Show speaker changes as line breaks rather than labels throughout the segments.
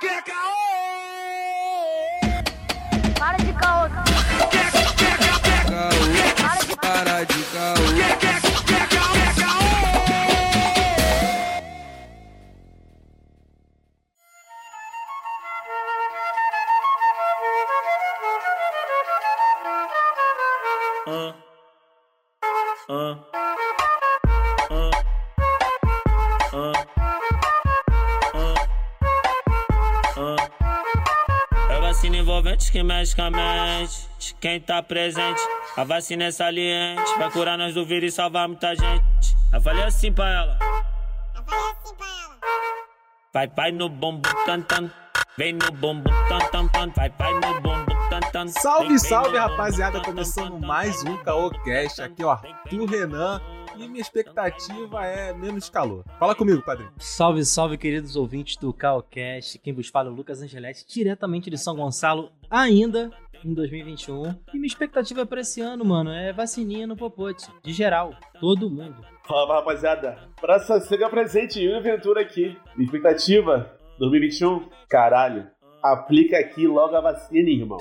Que é caô!
Para de caô,
Que é- que é- que é- que é-
para de
Para de caô,
que é- que é- que é caô, que é caô!
Ah. Ah. Ah. Ah. Ah. Ah. É vacina envolvente que mexe com a mente. Quem tá presente, a vacina é saliente. Vai curar nós do vírus e salvar muita gente. Eu falei assim pra ela. Vai, vai no bumbum, tan, tan. Vem no bumbum, tan, tan, tan. Vai, vai no bumbum, tan, tan.
Salve, salve, rapaziada! Começando mais
né?
um Caocast. Aqui, ó, Arthur Renan. E minha expectativa é menos calor. Fala comigo, padrinho.
Salve, salve, queridos ouvintes do Calcast. Quem vos fala é o Lucas Angeletti, diretamente de São Gonçalo, ainda em 2021. E minha expectativa pra esse ano, mano, é vacininha no popote. De geral, todo mundo.
Fala, rapaziada. Praça Cega presente, Yuri Ventura aqui. Minha expectativa, 2021, caralho. Aplica aqui logo a vacina, irmão.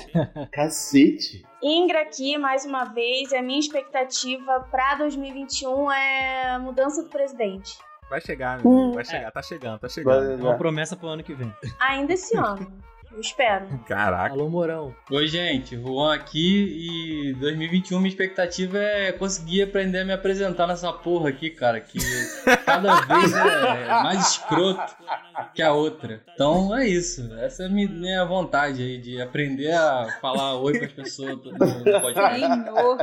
Cacete.
Ingra aqui mais uma vez. E a minha expectativa pra 2021 é mudança do presidente.
Vai chegar, meu amigo. Vai chegar, tá chegando, tá chegando.
Hum. Vai-
É uma promessa pro ano que vem.
Ainda esse ano. Eu espero.
Caraca.
Alô, Mourão.
Oi, gente, Juan aqui e 2021 minha expectativa é conseguir aprender a me apresentar nessa porra aqui, cara, que cada vez é mais escroto que a outra. Então é isso, essa é mi- minha vontade aí de aprender a falar oi pras pessoas todo mundo no podcast.
Senhor.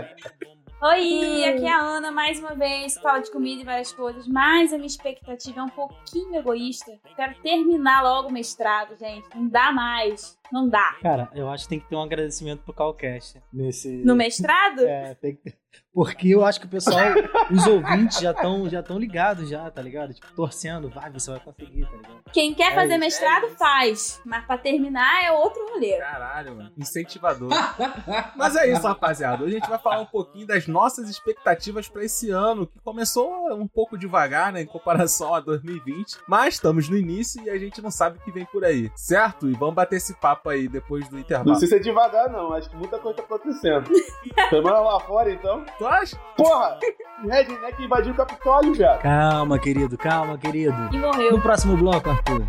Oi, aqui é a Ana mais uma vez, que fala de comida e várias coisas, mas a minha expectativa é um pouquinho egoísta. Quero terminar logo o mestrado, gente. Não dá mais. Não dá.
Cara, eu acho que tem que ter um agradecimento pro Calcast nesse.
No mestrado?
É, tem que ter. Porque eu acho que o pessoal, os ouvintes já estão já tão ligados, já, tá ligado? Tipo, torcendo, vai, você vai conseguir, tá ligado?
Quem quer
É
fazer
isso,
mestrado, faz. Mas pra terminar é outro rolê.
Caralho, mano. Incentivador. Mas é isso, rapaziada. Hoje a gente vai falar um pouquinho das nossas expectativas pra esse ano, que começou um pouco devagar, né, em comparação a 2020. Mas estamos no início e a gente não sabe o que vem por aí, certo? E vamos bater esse papo aí depois do
Não
intervalo.
sei se é devagar, não. Acho que muita coisa tá acontecendo. Semana lá fora, então.
Tu acha?
Porra! Redneck invadiu o Capitólio, viado.
Calma, querido, calma, querido.
E
No
morreu.
próximo bloco, Arthur.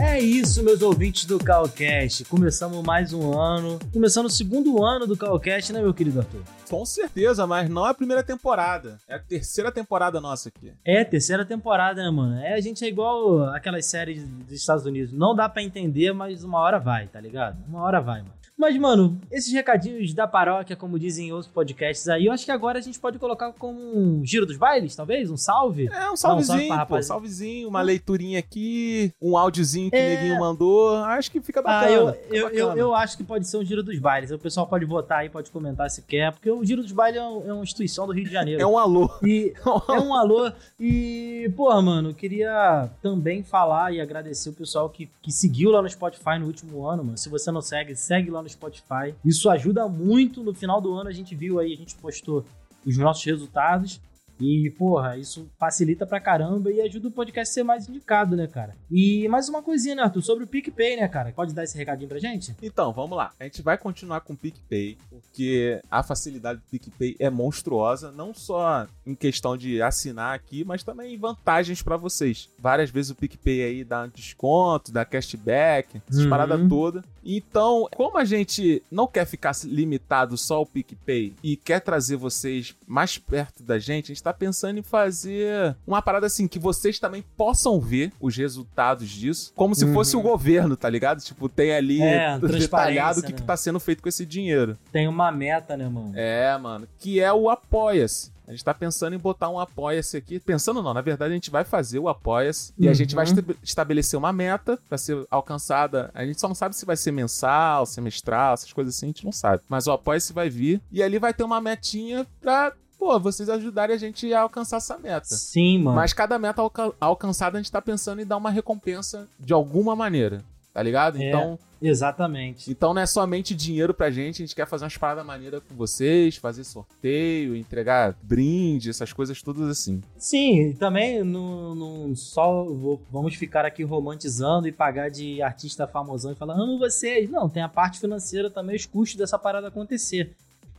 É isso, meus ouvintes do Calcast. Começamos mais um ano. Começando o segundo ano do Calcast, né, meu querido Arthur?
Com certeza, mas não é a primeira temporada. É a terceira temporada nossa aqui.
É, terceira temporada, né, mano? É, a gente é igual aquelas séries dos Estados Unidos. Não dá pra entender, mas uma hora vai, tá ligado? Uma hora vai, mano. Mas, mano, esses recadinhos da paróquia, como dizem em outros podcasts aí, eu acho que agora a gente pode colocar como um giro dos bailes, talvez? Um salve?
É, um
Não, salve
salvezinho,
pra
pô.
rapaziada.
Salvezinho, uma leiturinha aqui, um áudiozinho que o
É.
neguinho mandou. Acho que fica bacana.
ah, eu,
fica
eu, eu,
bacana.
eu acho que pode ser um giro dos bailes. O pessoal pode votar aí, pode comentar se quer, porque o giro dos bailes é, um- é uma instituição do Rio de Janeiro.
É um alô.
E é um alô. E, porra, mano, eu queria também falar e agradecer o pessoal que, que seguiu lá no Spotify no último ano, mano. Se você não segue, segue lá no Spotify. Isso ajuda muito. No final do ano a gente viu aí, a gente postou os nossos resultados. E, porra, isso facilita pra caramba e ajuda o podcast a ser mais indicado, né, cara? E mais uma coisinha, né, Arthur, sobre o PicPay, né, cara? Pode dar esse recadinho pra gente?
Então, vamos lá. A gente vai continuar com o PicPay, porque a facilidade do PicPay é monstruosa, não só em questão de assinar aqui, mas também vantagens pra vocês. Várias vezes o PicPay aí dá um desconto, dá cashback, essas
Uhum.
paradas todas. Então, como a gente não quer ficar limitado só ao PicPay e quer trazer vocês mais perto da gente, a gente tá pensando em fazer uma parada assim, que vocês também possam ver os resultados disso, como se fosse o governo, tá ligado? Tipo, tem ali
É,
detalhado o que,
transparência,
que
né?
tá sendo feito com esse dinheiro.
Tem uma meta, né, mano?
É, mano. Que é o Apoia-se. A gente tá pensando em botar um Apoia-se aqui. Pensando não, na verdade a gente vai fazer o Apoia-se e a
Uhum.
gente vai esta- estabelecer uma meta pra ser alcançada. A gente só não sabe se vai ser mensal, semestral, essas coisas assim, a gente não sabe. Mas o Apoia-se vai vir e ali vai ter uma metinha pra pô, vocês ajudarem a gente a alcançar essa meta.
Sim, mano.
Mas cada meta alca- alcançada, a gente tá pensando em dar uma recompensa de alguma maneira. Tá ligado?
É.
Então,
Exatamente.
então não é somente dinheiro pra gente, a gente quer fazer umas paradas maneiras com vocês, fazer sorteio, entregar brinde, essas coisas todas assim.
Sim, e também não, não só vou- vamos ficar aqui romantizando e pagar de artista famosão e falar amo vocês. Não, tem a parte financeira também, os custos dessa parada acontecer.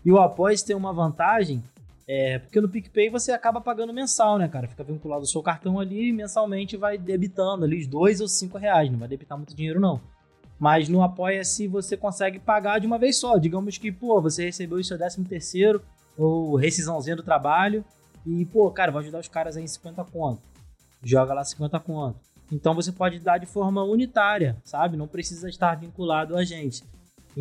E o após tem uma vantagem, é porque no PicPay você acaba pagando mensal, né, cara? Fica vinculado ao seu cartão ali e mensalmente vai debitando ali os dois ou cinco reais, não vai debitar muito dinheiro não. Mas no Apoia-se você consegue pagar de uma vez só. Digamos que, pô, você recebeu o seu 13 terceiro ou rescisãozinha do trabalho. E, pô, cara, vou ajudar os caras aí em 50 conto. Joga lá 50 conto. Então você pode dar de forma unitária, sabe? Não precisa estar vinculado a gente.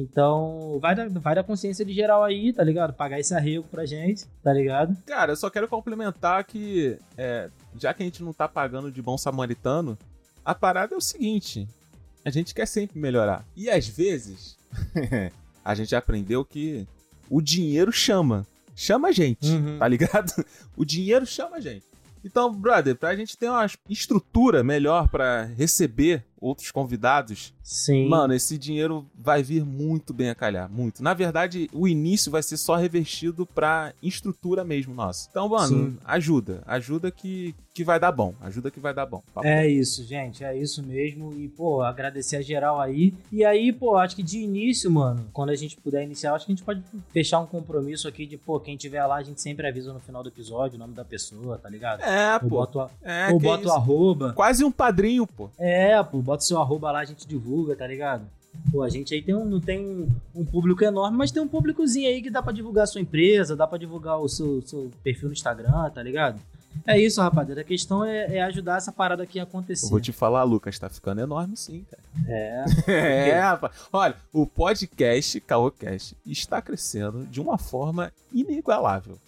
Então, vai da, vai da consciência de geral aí, tá ligado? Pagar esse arrego pra gente, tá ligado?
Cara, eu só quero complementar que, é, já que a gente não tá pagando de bom samaritano, a parada é o seguinte: a gente quer sempre melhorar. E às vezes, a gente aprendeu que o dinheiro chama. Chama a gente,
Uhum.
tá ligado? O dinheiro chama a gente. Então, brother, pra gente ter uma estrutura melhor pra receber outros convidados,
Sim.
Mano, esse dinheiro vai vir muito bem a calhar, muito. Na verdade, o início vai ser só revestido pra estrutura mesmo nossa. Então, mano,
Sim.
ajuda. Ajuda que, que vai dar bom. Ajuda que vai dar bom. Papo.
É isso, gente, é isso mesmo. E, pô, agradecer a geral aí. E aí, pô, acho que de início, mano, quando a gente puder iniciar, acho que a gente pode fechar um compromisso aqui de, pô, quem tiver lá, a gente sempre avisa no final do episódio o nome da pessoa, tá ligado?
É,
ou
pô.
bota, o-
É,
ou
que
bota o
isso.
arroba.
Quase um padrinho, pô.
É, pô, bota seu arroba lá, a gente divulga, tá ligado? Pô, a gente aí tem um, não tem um, um público enorme, mas tem um públicozinho aí que dá pra divulgar a sua empresa, dá pra divulgar o seu, seu perfil no Instagram, tá ligado? É isso, rapaziada. A questão é, é ajudar essa parada aqui a
Eu
acontecer.
vou te falar, Lucas, tá ficando enorme sim, cara.
É,
É, rapaz. Olha, o podcast, Caocast, está crescendo de uma forma inigualável.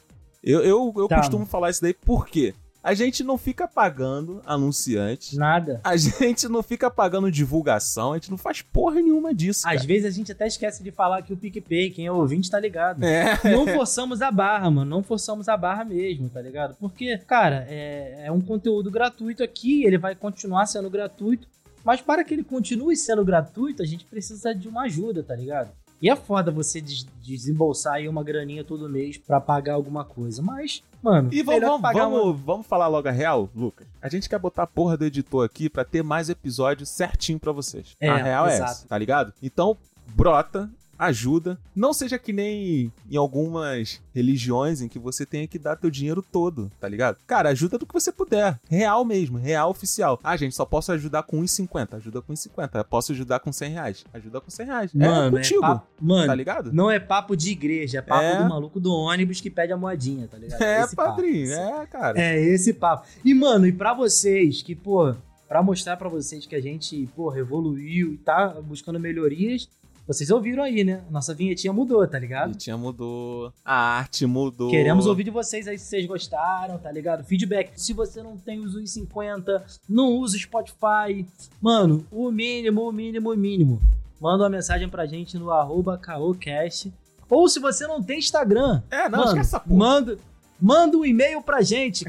Eu, eu, eu
Tá,
costumo
mano.
falar isso daí porque a gente não fica pagando anunciantes.
nada.
A gente não fica pagando divulgação, a gente não faz porra nenhuma disso.
Às
Cara.
vezes a gente até esquece de falar que o PicPay, quem é ouvinte, tá ligado.
É.
Não forçamos a barra, mano. Não forçamos a barra mesmo, tá ligado? Porque, cara, é, é um conteúdo gratuito aqui, ele vai continuar sendo gratuito. Mas para que ele continue sendo gratuito, a gente precisa de uma ajuda, tá ligado? E é foda você des- desembolsar aí uma graninha todo mês pra pagar alguma coisa. Mas, mano,
E vamos,
melhor
vamos,
pagar uma-
vamos, vamos falar logo a real, Lucas. A gente quer botar a porra do editor aqui pra ter mais episódios certinho pra vocês.
É,
a real
exato.
é essa, tá ligado? Então, brota, ajuda. Não seja que nem em algumas religiões em que você tenha que dar teu dinheiro todo, tá ligado? Cara, ajuda do que você puder. Real mesmo, real oficial. Ah, gente, só posso ajudar com 1,50. Ajuda com 1,50. Posso ajudar com 100 reais. Ajuda com 100 reais. é
Mano, é
contigo,
papo- Mano,
tá ligado?
não é papo de igreja, é papo
É.
do maluco do ônibus que pede a moedinha, tá ligado?
É,
Esse papo.
padrinho, é, cara.
É esse papo. E, mano, e pra vocês que, pô, pra mostrar pra vocês que a gente, pô, evoluiu e tá buscando melhorias, vocês ouviram aí, né? Nossa vinhetinha mudou, tá
A
ligado?
gente mudou, a arte mudou.
Queremos ouvir de vocês aí se vocês gostaram, tá ligado? Feedback. Se você não tem os 1,50, não usa o Spotify. Mano, o mínimo, o mínimo, o mínimo. Manda uma mensagem pra gente no arroba KOCast. Ou se você não tem Instagram,
É, não,
Mano,
esquece essa porra.
Manda, manda um e-mail pra gente,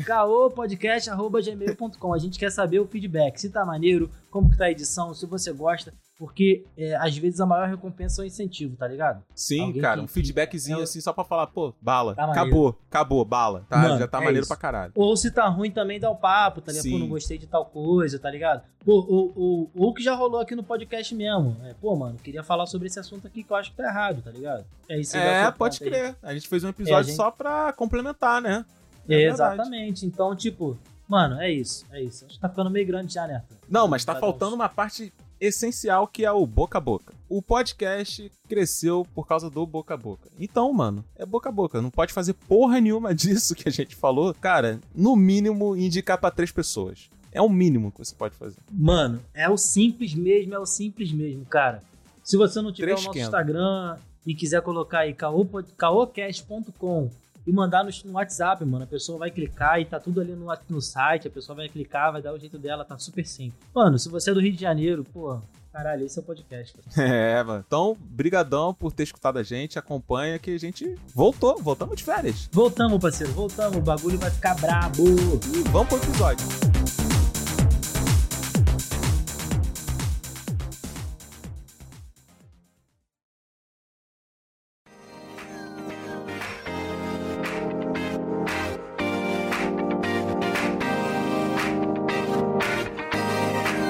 caopodcast.gmail.com. A gente quer saber o feedback, se tá maneiro, como que tá a edição, se você gosta, porque é, às vezes a maior recompensa é o incentivo, tá ligado?
Sim,
Alguém
cara,
que-
um feedbackzinho
é-
assim só pra falar, pô, bala,
Tá maneiro.
acabou, acabou, bala, tá?
Mano,
já tá
é
maneiro
isso.
pra caralho.
Ou se tá ruim também dá o papo, tá ligado? Pô,
Sim.
não gostei de tal coisa, tá ligado? Pô, ou, ou, ou que já rolou aqui no podcast mesmo. É, pô, mano, queria falar sobre esse assunto aqui que eu acho que tá errado, tá ligado? E aí você vai
É,
pro
pode
ponto aí.
crer. A gente fez um episódio
É, gente-
só pra complementar, né? É verdade.
Exatamente. Então, tipo, mano, é isso, é isso. Acho que tá ficando meio grande já, né?
Não, mas tá
Cada um.
faltando uma parte essencial que é o boca a boca. O podcast cresceu por causa do boca a boca. Então, mano, é boca a boca. Não pode fazer porra nenhuma disso que a gente falou. Cara, no mínimo, indicar pra três pessoas. É o mínimo que você pode fazer.
Mano, é o simples mesmo, é o simples mesmo, cara. Se você não tiver o nosso
3.500.
Instagram e quiser colocar aí caopo- caocast.com e mandar no, no WhatsApp, mano, a pessoa vai clicar e tá tudo ali no, no site, a pessoa vai clicar, vai dar o jeito dela, tá super simples. Mano, se você é do Rio de Janeiro, pô, Caralho, esse é o podcast.
É, mano. Então, brigadão por ter escutado a gente. Acompanha que a gente voltou. Voltamos de férias.
Voltamos, parceiro, voltamos. O bagulho vai ficar brabo.
E vamos pro episódio.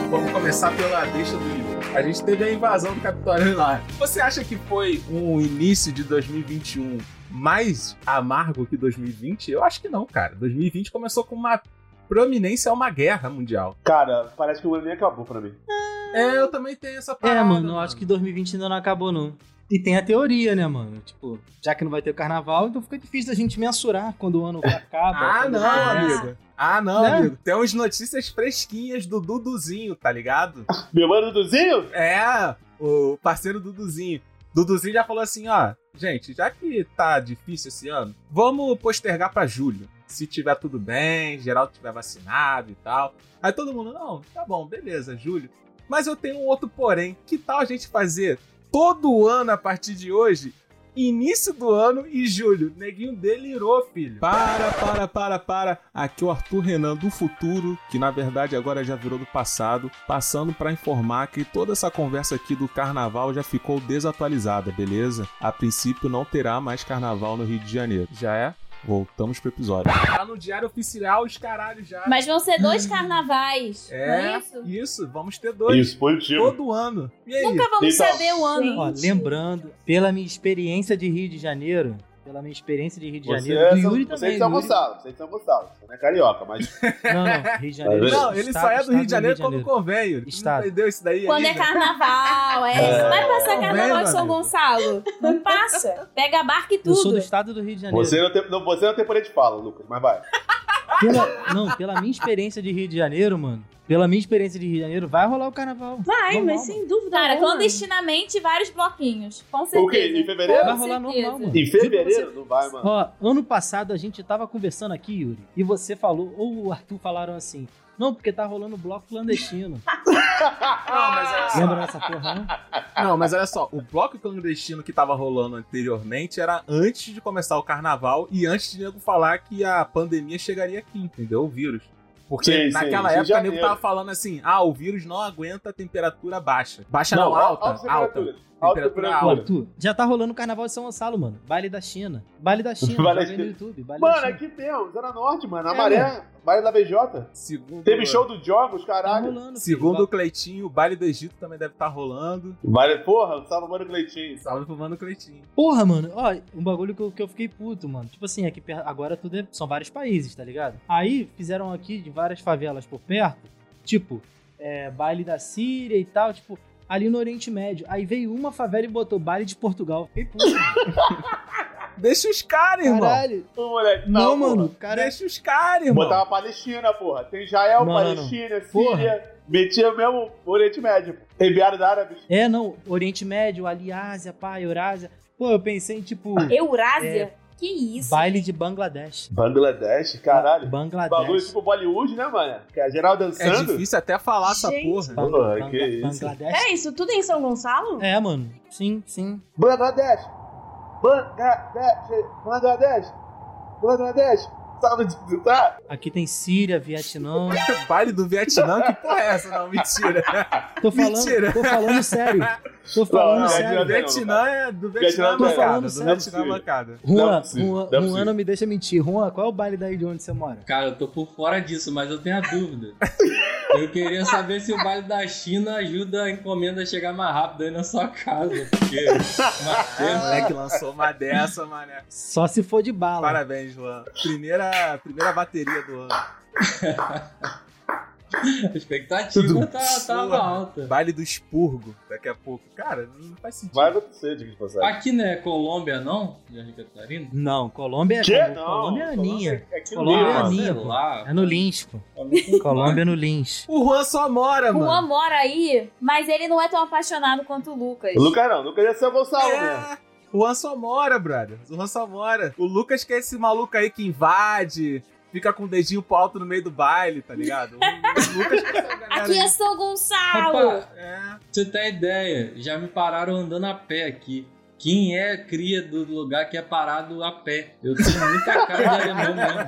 Vamos começar pela deixa do livro. A gente teve a invasão do Capitólio lá. Você acha que foi um início de 2021 mais amargo que 2020? Eu acho que não, cara. 2020 começou com uma prominência a uma guerra mundial.
Cara, parece que o ano nem acabou pra mim.
É, eu também tenho essa parada.
É, mano, eu acho que 2020 ainda não acabou, não. E tem a teoria, né, mano? Tipo, já que não vai ter carnaval, então fica difícil da gente mensurar quando o ano acaba.
Ah,
quando-
não, amigo. Ah, não,
Né?
amigo. Tem umas notícias fresquinhas do Duduzinho, tá ligado?
Meu mano Duduzinho?
É, o parceiro Duduzinho. Duduzinho já falou assim, ó, gente, já que tá difícil esse ano, vamos postergar pra julho. Se tiver tudo bem, geral tiver vacinado e tal. Aí todo mundo, não, tá bom, beleza, julho. Mas eu tenho um outro porém. Que tal a gente fazer todo ano a partir de hoje? Início do ano e julho. Neguinho delirou, filho. Para, para, para, para. Aqui é o Arthur Renan do futuro, que na verdade agora já virou do passado, passando pra informar que toda essa conversa aqui do carnaval já ficou desatualizada, beleza? A princípio não terá mais carnaval no Rio de Janeiro. Já é? Voltamos pro episódio. Tá no Diário Oficial os caralhos já.
Mas vão ser dois carnavais, não
É,
é
isso?
isso?
vamos ter dois.
Isso, positivo.
Todo ano. E aí?
Nunca vamos
Então,
saber o ano.
Ó, lembrando, pela minha experiência de Rio de Janeiro, pela minha experiência de Rio de
Você
Janeiro,
é,
do
São-
Yuri
você é
também.
de São
Yuri-
Gonçalo, você é de São Gonçalo. Você não é carioca, mas
Não, não, Rio de Janeiro.
Tá vendo?
Não, ele
Estado-
só é do Rio
Estado
de Janeiro quando convém. Yuri. Tu não
Estado.
entendeu isso daí?
Quando é
ainda?
carnaval, é. Você vai passar
Tá
carnaval
vendo,
em São
amigo?
Gonçalo. Não passa. Pega a barca e
Eu sou do
tudo.
estado do Rio de Janeiro.
você não, tem, não, você não tem poder de fala, Lucas, mas vai.
Pela- não, pela minha experiência de Rio de Janeiro, mano. Pela minha experiência de Rio de Janeiro, vai rolar o carnaval.
Vai,
Normal,
mas sem dúvida.
Cara,
alguma.
clandestinamente, vários bloquinhos. Com certeza.
O quê? Em fevereiro?
Vai rolar
certeza.
normal, mano.
Em fevereiro? Não vai, mano.
Ó, ano passado a gente tava conversando aqui, Yuri, e você falou, ou o Arthur falaram assim, não, porque tá rolando bloco clandestino.
Não, Ah, mas é assim, olha só.
Lembra dessa porra, né? não?
Não, mas olha só, o bloco clandestino que tava rolando anteriormente era antes de começar o carnaval e antes de nego falar que a pandemia chegaria aqui, entendeu? O vírus. Porque
Sim, sim,
naquela
isso em
época o nego
janeiro.
tava falando assim: ah, o vírus não aguenta temperatura baixa. Baixa não,
Não,
alta,
alta
alta.
temperatura. Alta
Temperatura
Ô,
alta.
temperatura.
Arthur, já tá rolando o carnaval de São Gonçalo, mano. Baile da China. Baile da China,
Baile da
joga aí no
China.
YouTube. Baile
Mano, é
da China.
aqui tem, Zona Norte, mano.
É,
A maré,
né?
Maré da BJ.
Segundo,
Teve show do Jogos,
Tá
caralho.
rolando, filho.
Segundo o Cleitinho, o baile do Egito também deve estar rolando.
Vale, porra, salva mano Cleitinho.
Salve pro mano Cleitinho.
Porra, mano, ó, um bagulho que eu, que eu fiquei puto, mano. Tipo assim, aqui per- agora tudo é- são vários países, tá ligado? Aí fizeram aqui de várias favelas por perto, tipo, é, baile da Síria e tal, tipo, ali no Oriente Médio. Aí veio uma favela e botou baile de Portugal. Fiquei puto,
Deixa os caras, irmão.
caralho.
Ô, moleque,
Não,
porra.
mano, cara.
Deixa os caras, irmão.
Botava Palestina, porra. Tem Israel,
Não,
Palestina,
Porra.
Síria. Metia mesmo o Oriente Médio. pô. Enviado da Árabe.
É, não, Oriente Médio, ali Ásia, pá, Eurásia. Pô, eu pensei em, tipo,
Eurásia? Que isso?
baile de Bangladesh.
Bangladesh, caralho. Bagulho
Bangladesh.
tipo Bollywood, né, mano? Que a geral
É
dançando.
difícil até falar essa
Gente.
porra.
Bang-
Porra,
Bang-
que isso.
Bangladesh.
Pera É isso, tudo em São Gonçalo?
É, mano. Sim, sim.
Bangladesh. Bangladesh. Bangladesh. Bangladesh. Salve de tá?
Aqui tem Síria, Vietnã.
Baile do Vietnã? Que porra é essa? Não, mentira.
Tô falando,
Mentira.
tô falando sério. Tô falando
Não,
Sério,
sério.
do
não,
Vietnã é do Vietnã
Vietnã
é
não é
bancada.
errado,
Do
não
é
Vietnã é
possível.
bancada.
Não é
Juan,
possível,
Juan,
não é
Juan
possível.
não me deixa mentir. Juan, qual é o baile daí de onde você mora?
Cara, eu tô por fora disso, mas eu tenho a dúvida. Eu queria saber se o baile da China ajuda a encomenda a chegar mais rápido aí na sua casa, porque
O
É.
moleque lançou uma dessa, mané.
Só se for de bala.
Parabéns, Luan. Primeira, primeira bateria do ano.
a expectativa tá, tava alta.
Baile do Expurgo, daqui a pouco. Cara, não faz sentido.
Vai acontecer, diga de passagem.
Aqui não é Colômbia, não? Jardim Catarina?
Não, Colômbia é.
Que?
Colômbia,
Não.
é a Aninha.
É que
Colômbia é
Colômbia,
a
mano.
Aninha,
sei
pô.
lá.
É no Lins, pô. Colômbia é no Lins.
O Juan só mora,
O Juan
mano.
mora aí, mas ele não é tão apaixonado quanto o Lucas.
Lucas não, Lucas ia ser o Gonçalo mesmo.
É. O Juan só mora, brother. O Juan só mora. O Lucas que é esse maluco aí que invade, fica com o dedinho pro alto no meio do baile, tá ligado? O Lucas com essa galera
Aqui é
aí.
São Gonçalo!
Rapaz,
É.
pra você ter ideia, já me pararam andando a pé aqui. Quem é cria do lugar que é parado a pé? Eu tenho muita cara de alemão mesmo.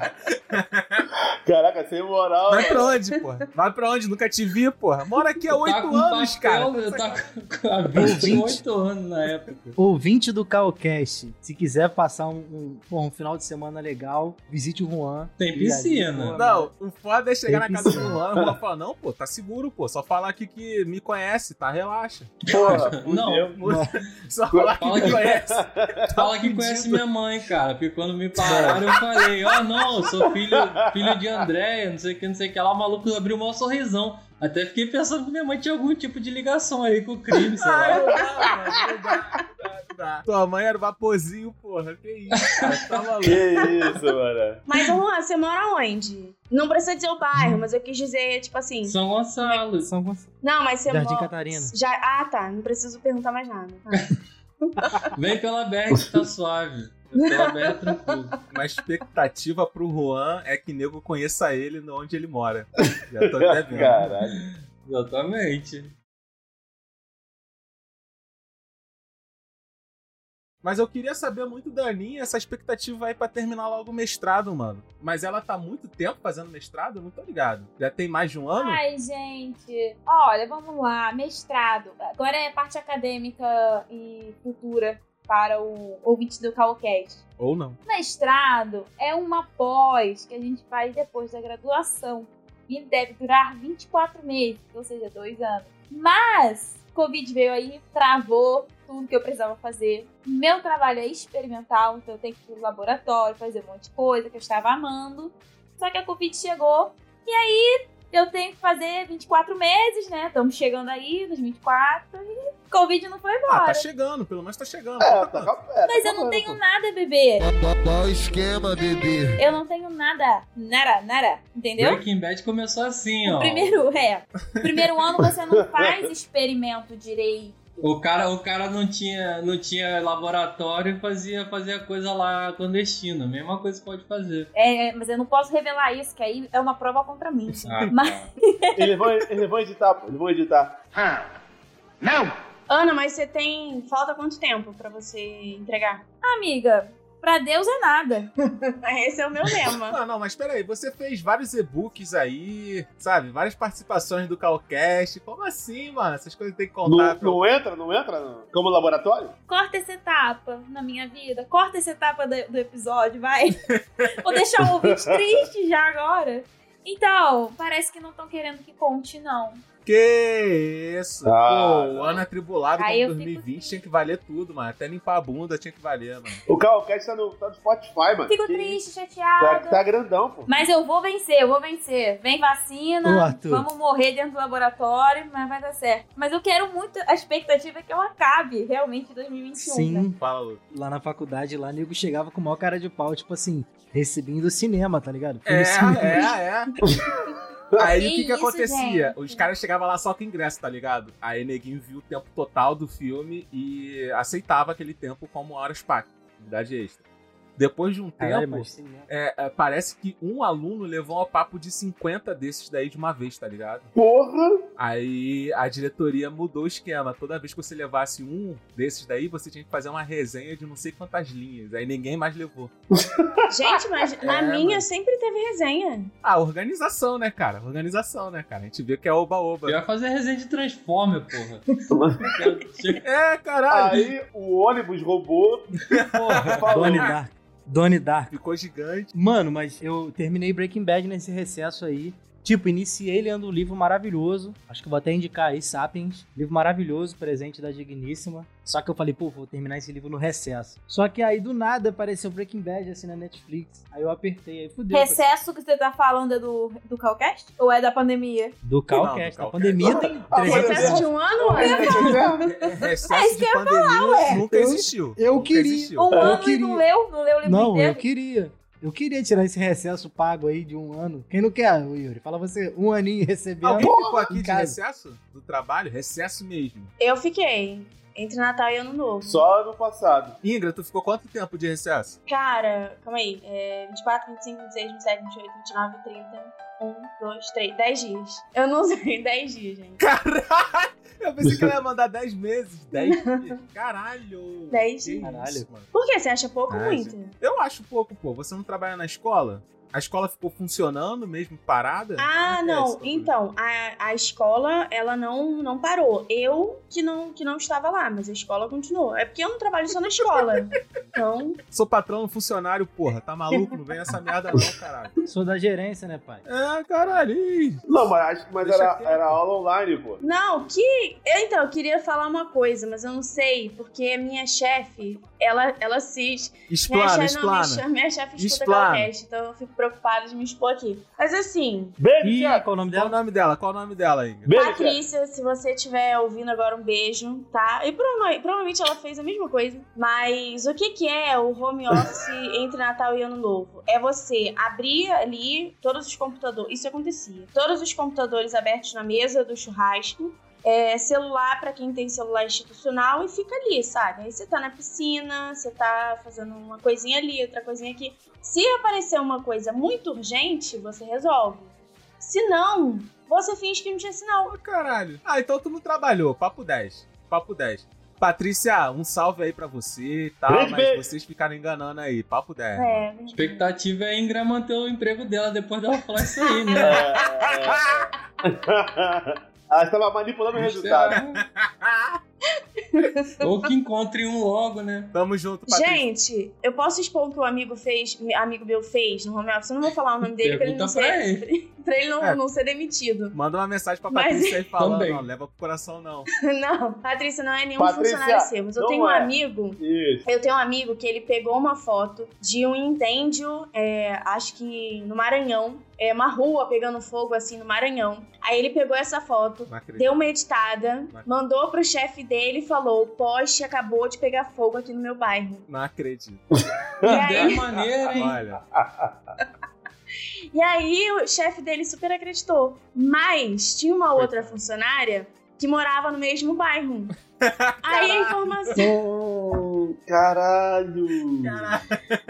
Caraca, sem moral.
Vai pra onde, porra? Vai pra onde? Nunca te vi, porra. Mora aqui há
Tá
é oito
com
anos, cara.
papel, Eu tava com a 28 anos na época.
Ouvinte do Calcast, se quiser passar um, um- pô, um final de semana legal, visite o Juan.
Tem piscina.
Não, o foda é chegar na
Tem
casa do
que ser.
Luan e o Luan falar, não, pô, tá seguro, pô. Só falar aqui que me conhece, tá? Relaxa.
Porra,
Não.
fudeu.
Só falar que
Fala
me
que-
conhece.
Fala que conhece minha mãe, cara. Porque quando me pararam, eu falei, ó, não, eu sou filho, filho de Andréia, não sei o que, não sei o que lá. O maluco abriu o maior sorrisão. Até fiquei pensando que minha mãe tinha algum tipo de ligação aí com o crime, sei
Ah,
lá.
não dá, mano, não dá, não dá. Tua mãe era vaporzinho, porra. Que isso, cara? Tá maluco.
Que isso, mano.
Mas, Juan, você mora onde? Não precisa dizer o bairro, mas eu quis dizer, tipo assim.
São Gonçalo.
São Gonçalo.
Não, mas você
Jardim
mora.
Catarina.
Já... Ah, tá. Não preciso perguntar mais nada. Tá.
Vem pela BR que tá suave. Pela BR tranquilo.
Uma expectativa pro Juan é que nego conheça ele no onde ele mora. Já tô até vendo.
Caralho.
Exatamente.
Mas eu queria saber muito da Aninha, essa expectativa aí pra terminar logo o mestrado, mano. Mas ela tá há muito tempo fazendo mestrado? Eu não tô ligado. Já tem mais de um ano?
Ai, gente. Olha, vamos lá. Mestrado. Agora é parte acadêmica e cultura para o ouvinte do Calcast.
Ou não.
Mestrado é uma pós que a gente faz depois da graduação. E ele deve durar 24 meses, ou seja, dois anos. Mas, Covid veio aí, travou tudo que eu precisava fazer. Meu trabalho é experimental, então eu tenho que ir pro laboratório, fazer um monte de coisa que eu estava amando. Só que a Covid chegou, e aí eu tenho que fazer 24 meses, né? Estamos chegando aí nos 24, e Covid não foi embora.
Ah, tá chegando, pelo menos tá chegando.
É, tá, cap- é,
Mas
tá
eu não
acabando,
tenho
pô.
nada, bebê.
Qual o esquema, bebê?
Eu não tenho nada. Nada, nada. Entendeu?
Breaking Bad começou assim,
O
ó.
primeiro, é. O primeiro ano você não faz experimento direito.
O cara, o cara não tinha, não tinha laboratório e fazia, fazia coisa lá clandestina. Mesma coisa que pode fazer.
É, mas eu não posso revelar isso, que aí é uma prova contra mim.
Ah,
Mas-
tá.
Eles vão, eles vão editar, pô. Eles vão editar.
Ana, mas você tem. Falta quanto tempo pra você entregar?
Amiga, pra Deus é nada.
Esse é o meu lema.
Ah, Não, não, mas peraí, você fez vários e-books aí, sabe? Várias participações do Calcast. Como assim, mano? Essas coisas tem que contar.
Não,
pra-
não entra, não entra? não? Como laboratório?
Corta essa etapa na minha vida. Corta essa etapa do, do episódio, vai. Vou deixar o ouvinte triste já agora. Então, parece que não estão querendo que conte, não.
Que isso?
Ah,
Pô, o ano atribulado
Aí
como
eu
2020
fico-
tinha que valer tudo, mano. Até limpar a bunda tinha que valer, mano.
O Calcast tá no, tá no Spotify, mano.
Fico
Que-
triste,
Tá,
chateada.
tá grandão, pô.
Mas eu vou vencer, eu vou vencer. Vem
Ô,
vacina,
Arthur.
vamos morrer dentro do laboratório, mas vai dar certo. Mas eu quero muito, a expectativa é que eu acabe realmente em 2021. né?
Sim,
Fala, Lu.
lá na faculdade, lá, nego chegava com o maior cara de pau, tipo assim, recebi do cinema, tá ligado? Fui no
É,
cinema.
é, é. Aí o que,
Que
que
isso,
acontecia?
gente?
Os caras chegavam lá só com ingresso, tá ligado? Aí neguinho viu o tempo total do filme e aceitava aquele tempo como horas PAC, unidade extra. Depois de um
Caralho,
tempo,
mas cinema.
É, é, parece que um aluno levou um papo de 50 desses daí de uma vez, tá ligado?
Porra!
Aí a diretoria mudou o esquema. Toda vez que você levasse um desses daí, você tinha que fazer uma resenha de não sei quantas linhas. Aí ninguém mais levou.
Gente, mas na
É,
minha
mano.
sempre teve resenha.
Ah, organização, né, cara? Organização, né, cara? A gente vê que é
Eu
oba-oba.
ia fazer resenha de Transformer, porra.
É, caralho!
Aí o ônibus roubou.
porra.
Falou.
Donnie Dark. Donnie Dark.
Ficou gigante.
Mano, mas eu terminei Breaking Bad nesse recesso aí. Tipo, iniciei lendo um livro maravilhoso. Acho que eu vou até indicar aí, Sapiens. Livro maravilhoso, presente da Digníssima. Só que eu falei, pô, vou terminar esse livro no recesso. Só que aí do nada apareceu Breaking Bad assim na Netflix. Aí eu apertei, aí fudeu.
Recesso que você tá falando é do, do Calcast? Ou é da pandemia?
Do
Não, do
Calcast. A
Calcast.
pandemia tem
Ah, mas
300
Processo
Resenha.
de
anos.
um ano, Ana?
É,
É
Recesso de
isso que eu
pandemia
ué.
nunca
Eu-
existiu.
eu
Nunca
queria-
existiu.
Um
Eu
ano e
queria.
não leu? Não leu o livro
Não, eu
inteiro?
queria. Eu queria tirar esse recesso pago aí de um ano. Quem não quer, ô Yuri? Fala você, um aninho recebendo.
Alguém ficou Tá aqui
em
de
casa.
recesso? Do trabalho? Recesso mesmo.
Eu fiquei. Entre Natal e Ano Novo.
Só ano passado.
Ingra, tu ficou quanto tempo de recesso?
Cara, calma aí. É, 24, 25, 26, 27, 28, 29, 30. 1, 2, 3, 10 dias. Eu não usei 10 dias, gente.
Caralho! Eu pensei que ela ia mandar 10 meses. 10 dias. Caralho!
10
Que
Caralho.
isso, mano.
Por que? Você acha pouco ou
Ah,
muito?
Eu acho pouco, pô. Você não trabalha na escola? A escola ficou funcionando mesmo, parada?
Ah,
Como é que é esse
não.
bagulho?
Então, a, a escola, ela não, não parou. Eu que não, que não estava lá, mas a escola continuou. É porque eu não trabalho só na escola. Então,
Sou patrão, funcionário, porra. Tá maluco? Não vem essa merda não, caralho.
Sou da gerência, né, pai?
É, caralho. ih.
Não, mas, acho- mas
Deixa
era,
quieto.
era aula online, pô.
não, que. Eu, então, eu queria falar uma coisa, mas eu não sei, porque a minha chefe, ela, ela assiste. Minha
Explana,
chefe, não, minha,
explana.
chefe- minha chefe escuta
Explana.
Calcast, então eu fico preocupada de me expor aqui. Mas assim,
Beijo,
Ih,
Thiago.
qual o nome
Qual o
dela?
nome dela? Qual o nome dela, Ingra?
Beijo, Thiago.
Patrícia, se você estiver ouvindo agora, um beijo, tá? E prova- provavelmente ela fez a mesma coisa. Mas o que, que é o home office entre Natal e Ano Novo? É você abrir ali todos os computadores. Isso acontecia. Todos os computadores abertos na mesa do churrasco. é, celular pra quem tem celular institucional e fica ali, sabe? Aí você tá na piscina, você tá fazendo uma coisinha ali, outra coisinha aqui. Se aparecer uma coisa muito urgente, você resolve. Se não, você finge que não tinha sinal.
Ô, caralho. Ah, então tu não trabalhou. Papo 10. Papo 10. Patrícia, um salve aí pra você e tal,
Grande
mas
beijo.
vocês ficaram enganando aí. Papo 10.
É,
A expectativa é a Ingra manter o emprego dela depois dela falar isso aí,
É,
né?
Ela estava Ah, manipulando o É,
é
resultado.
um- Ou que encontre um logo, né?
Tamo junto, Patrícia.
Gente, eu posso expor o que o amigo fez, amigo meu fez no home office? Eu não vou falar o nome dele pra ele não
Pergunta pra
ser,
ele.
pra ele não,
É.
não ser demitido.
Manda uma mensagem pra
Mas-
Patrícia aí falando,
Também.
ó, leva pro coração não.
Não, Patrícia não é nenhum
Patrícia,
funcionário seu, mas eu
não
tenho um
é.
amigo.
Isso.
Eu tenho um amigo que ele pegou uma foto de um incêndio, é, acho que no Maranhão, é uma rua pegando fogo assim no Maranhão. Aí ele pegou essa foto,
Não acredito.
deu uma editada,
Vai.
mandou pro chefe dele e falou: "O poste acabou de pegar fogo aqui no meu bairro".
Não acredito.
E aí
Ideia maneira, hein?
Olha,
E aí o chefe dele super acreditou. Mas tinha uma outra funcionária que morava no mesmo bairro. aí a informação.
Oh, caralho.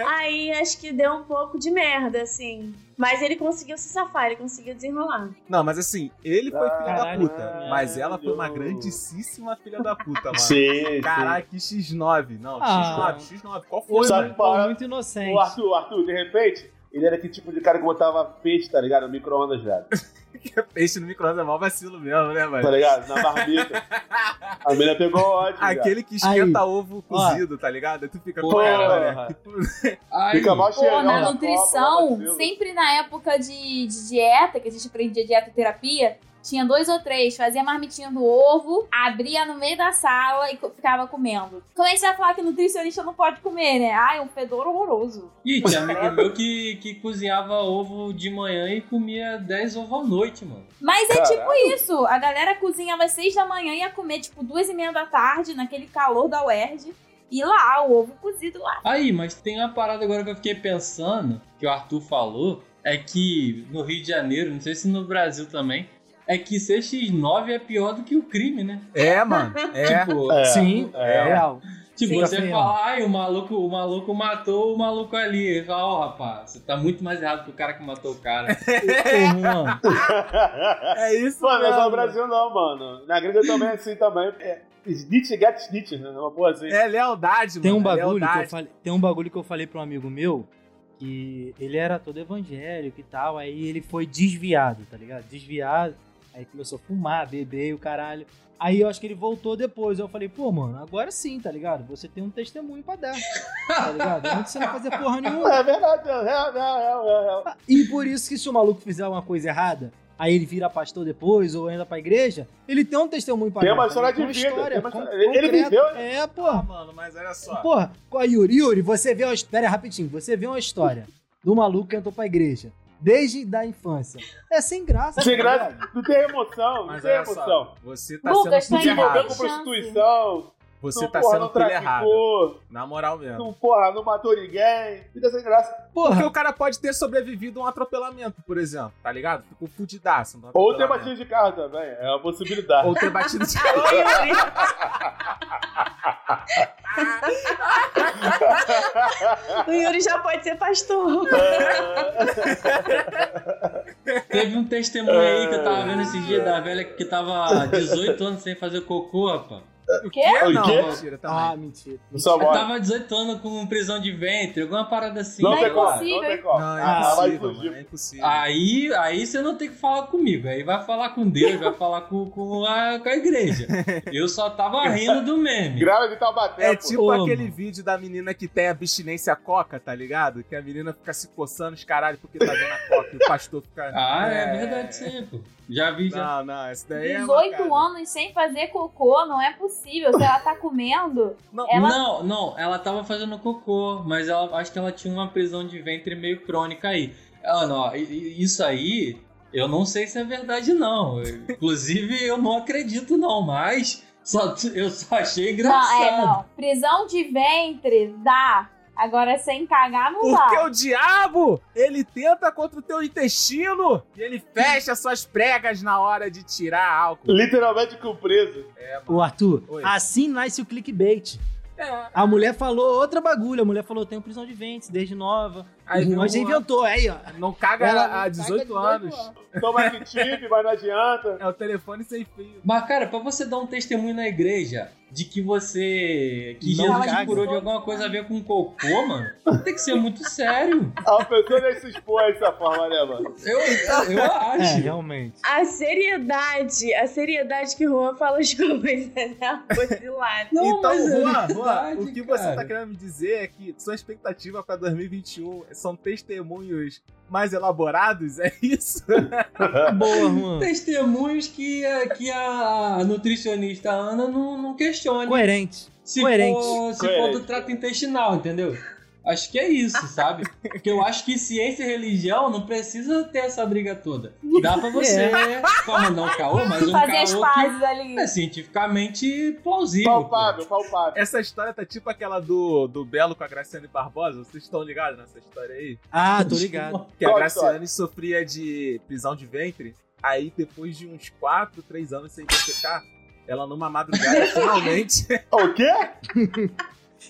Aí acho que deu um pouco de merda, assim. Mas ele conseguiu se safar, ele conseguiu desenrolar.
não, mas assim, ele foi filho da
Caralho.
puta, mas ela foi uma
Caralho.
grandíssima filha da puta, mano.
Sim, sim.
Caraca, que X9. Não,
Ah.
X9, X9. Qual foi? né?
Foi
Sabe
muito,
qual é?
foi muito inocente.
O Arthur, Arthur, de repente, ele era aquele tipo de cara que botava peixe, tá ligado? No micro-ondas, velho.
Peixe no micro-ondas é mó vacilo mesmo, né,
Tá
mano?
ligado? Na marmita. A menina pegou ódio, velho.
Aquele que esquenta ovo cozido, tá ligado? Aí Tu fica,
Porra.
caralho, né?
Porra.
Aí,
Fica mal cheirão
Pô, na
copa,
nutrição,
vacilo.
sempre na época de, de dieta, que a gente aprendia dieta e terapia, tinha dois ou três, fazia a marmitinha do ovo, abria no meio da sala e co- ficava comendo. Como é que você vai falar que nutricionista não pode comer, né? Ai, é um fedor horroroso.
Ih, tinha amigo meu que, que cozinhava ovo de manhã e comia 10 ovos à noite, mano.
Mas é
Caralho.
tipo isso, a galera cozinhava às seis da manhã e ia comer tipo duas e meia da tarde, naquele calor da UERJ, e lá, o ovo cozido lá.
Aí, mas tem uma parada agora que eu fiquei pensando, que o Arthur falou, é que no Rio de Janeiro, não sei se no Brasil também, é que ser X9 é pior do que o crime, né?
É, mano. É.
Tipo,
É.
Sim,
É.
real.
tipo
Sim,
você
sim,
fala, ai, o maluco, o maluco matou o maluco ali. Ele fala, ó, rapaz, você tá muito mais errado que o cara que matou o cara.
Ô, Juan,
É isso,
Mano, não é só
mesmo.
no Brasil não, mano. Na gringa também é assim também. É, snitch get snitch, né? Uma porra assim.
É lealdade,
tem um
mano. é
bagulho que eu
lealdade.
falei, tem um bagulho que eu falei para um amigo meu que ele era todo evangélico e tal, aí ele foi desviado, tá ligado? Desviado, aí começou a fumar, beber e o caralho. Aí eu acho que ele voltou depois. Eu falei, pô, mano, agora sim, tá ligado? Você tem um testemunho pra dar, tá ligado? Antes você não fazer porra nenhuma.
É verdade, é real, é real, é real.
E por isso que se o maluco fizer uma coisa errada, aí ele vira pastor depois ou anda pra igreja, ele tem um testemunho pra
Tem
dar,
uma
tá
história
ligado?
de
Tem
vida, tem uma
con-
história- ele- ele
concreta.
viveu, né?
É,
Ah,
porra.
mano, mas olha só.
Porra, com a Yuri, Yuri, você vê uma história rapidinho, você vê uma história do maluco que entrou pra igreja. Desde da infância. É sem graça.
Sem
tá
graça,
ligado?
não tem emoção, não
Mas
tem
olha só.
emoção.
Você tá
Lucas,
sendo
tá
Se
ainda
envolveu
tem
com
chance.
prostituição,
Você
tu,
tá
porra,
sendo
não
filha errada.
traficou,
Na moral mesmo.
Tu, porra, não matou ninguém. Fica sem graça.
Porque o cara pode ter sobrevivido a um atropelamento, por exemplo, tá ligado? Ficou fudidaço. num
Ou ter
atropelamento.
batido de carro também. É uma possibilidade.
Ou ter batido de
O Yuri já pode ser pastor.
Teve um testemunho aí que eu tava vendo esse dia da velha que tava 18 anos sem fazer cocô, rapaz.
O quê? Não,
O quê?
mentira também.
Ah, mentira.
Não só
tá
morre.
Tava 18 anos com prisão de ventre, alguma parada assim.
Não
tá
é
tem como,
ligado?
não
impossível,
tem
hein?
como.
Não, é
Ah, vai
impossível,
fugir. Ah,
mano, é impossível.
Aí, aí você não tem que falar comigo, aí vai falar com Deus, vai falar com, com, a, com a igreja. Eu só tava rindo do meme.
Grava de Taubaté,
É
pô.
tipo
Ô,
aquele
mano.
vídeo da menina que tem abstinência à coca, tá ligado? Que a menina fica se coçando os caralho porque tá vendo a coca e o pastor fica. né?
Ah, é verdade sim, pô. Já vi, já.
Não, não, esse daí é.
18
mancada.
anos sem fazer cocô, não é possível. Se ela tá comendo,
Não.
ela
Não, não, ela tava fazendo cocô, mas ela acho que ela tinha uma prisão de ventre meio crônica aí. Ana, ó, i- i- isso aí eu não sei se é verdade, não. Eu- Inclusive, eu não acredito, não, mas só, eu só achei engraçado.
Não, é, não. Prisão de ventre dá. Agora sem cagar não
Porque
dá.
o diabo, ele tenta contra o teu intestino e ele fecha suas pregas na hora de tirar álcool.
Literalmente com preso.
Ô, Arthur,
Oi.
assim nasce o clickbait. A mulher falou outra bagulho. A mulher falou: tenho prisão de ventre desde nova.
Aí
Aí,
vamos
nós
lá.
inventou, aí, ó.
Não caga
Ela
há 18, anos.
Toma que tive, mas não adianta.
É o telefone sem fio.
Mas, cara, pra você dar um testemunho na igreja de que você. que
Não
Jesus
caga.
te curou de alguma coisa a ver com cocô, mano, tem que ser muito sério.
A pessoa nem se expõe dessa forma, né, mano?
Eu, eu, eu
É,
acho.
realmente.
A seriedade, a seriedade que o Juan fala as coisas, né? Oscilada.
Não,
então,
mas é
Juan,
verdade,
Juan, o que você tá
cara.
querendo me dizer é que sua expectativa pra 2021 são testemunhos mais elaborados, é isso?
Boa, mano.
Testemunhos que, a- que a a nutricionista Ana não, não questione.
Coerente.
Se
Coerente.
for, se
Coerente.
for do trato intestinal, entendeu? Acho que é isso, sabe? Porque eu acho que ciência e religião não precisa ter essa briga toda. Dá pra você
É.
formar não um caô, mas um
Fazer as
caô
pazes ali.
que é cientificamente plausível.
Palpável, palpável.
Essa história tá tipo aquela do, do Belo com a Graciane Barbosa, vocês estão ligados nessa história aí?
Ah, tô ligado.
Que a
Qual
Graciane sofria de prisão de ventre, aí depois de uns 4, 3 anos sem defecar, ela numa madrugada finalmente.
O quê?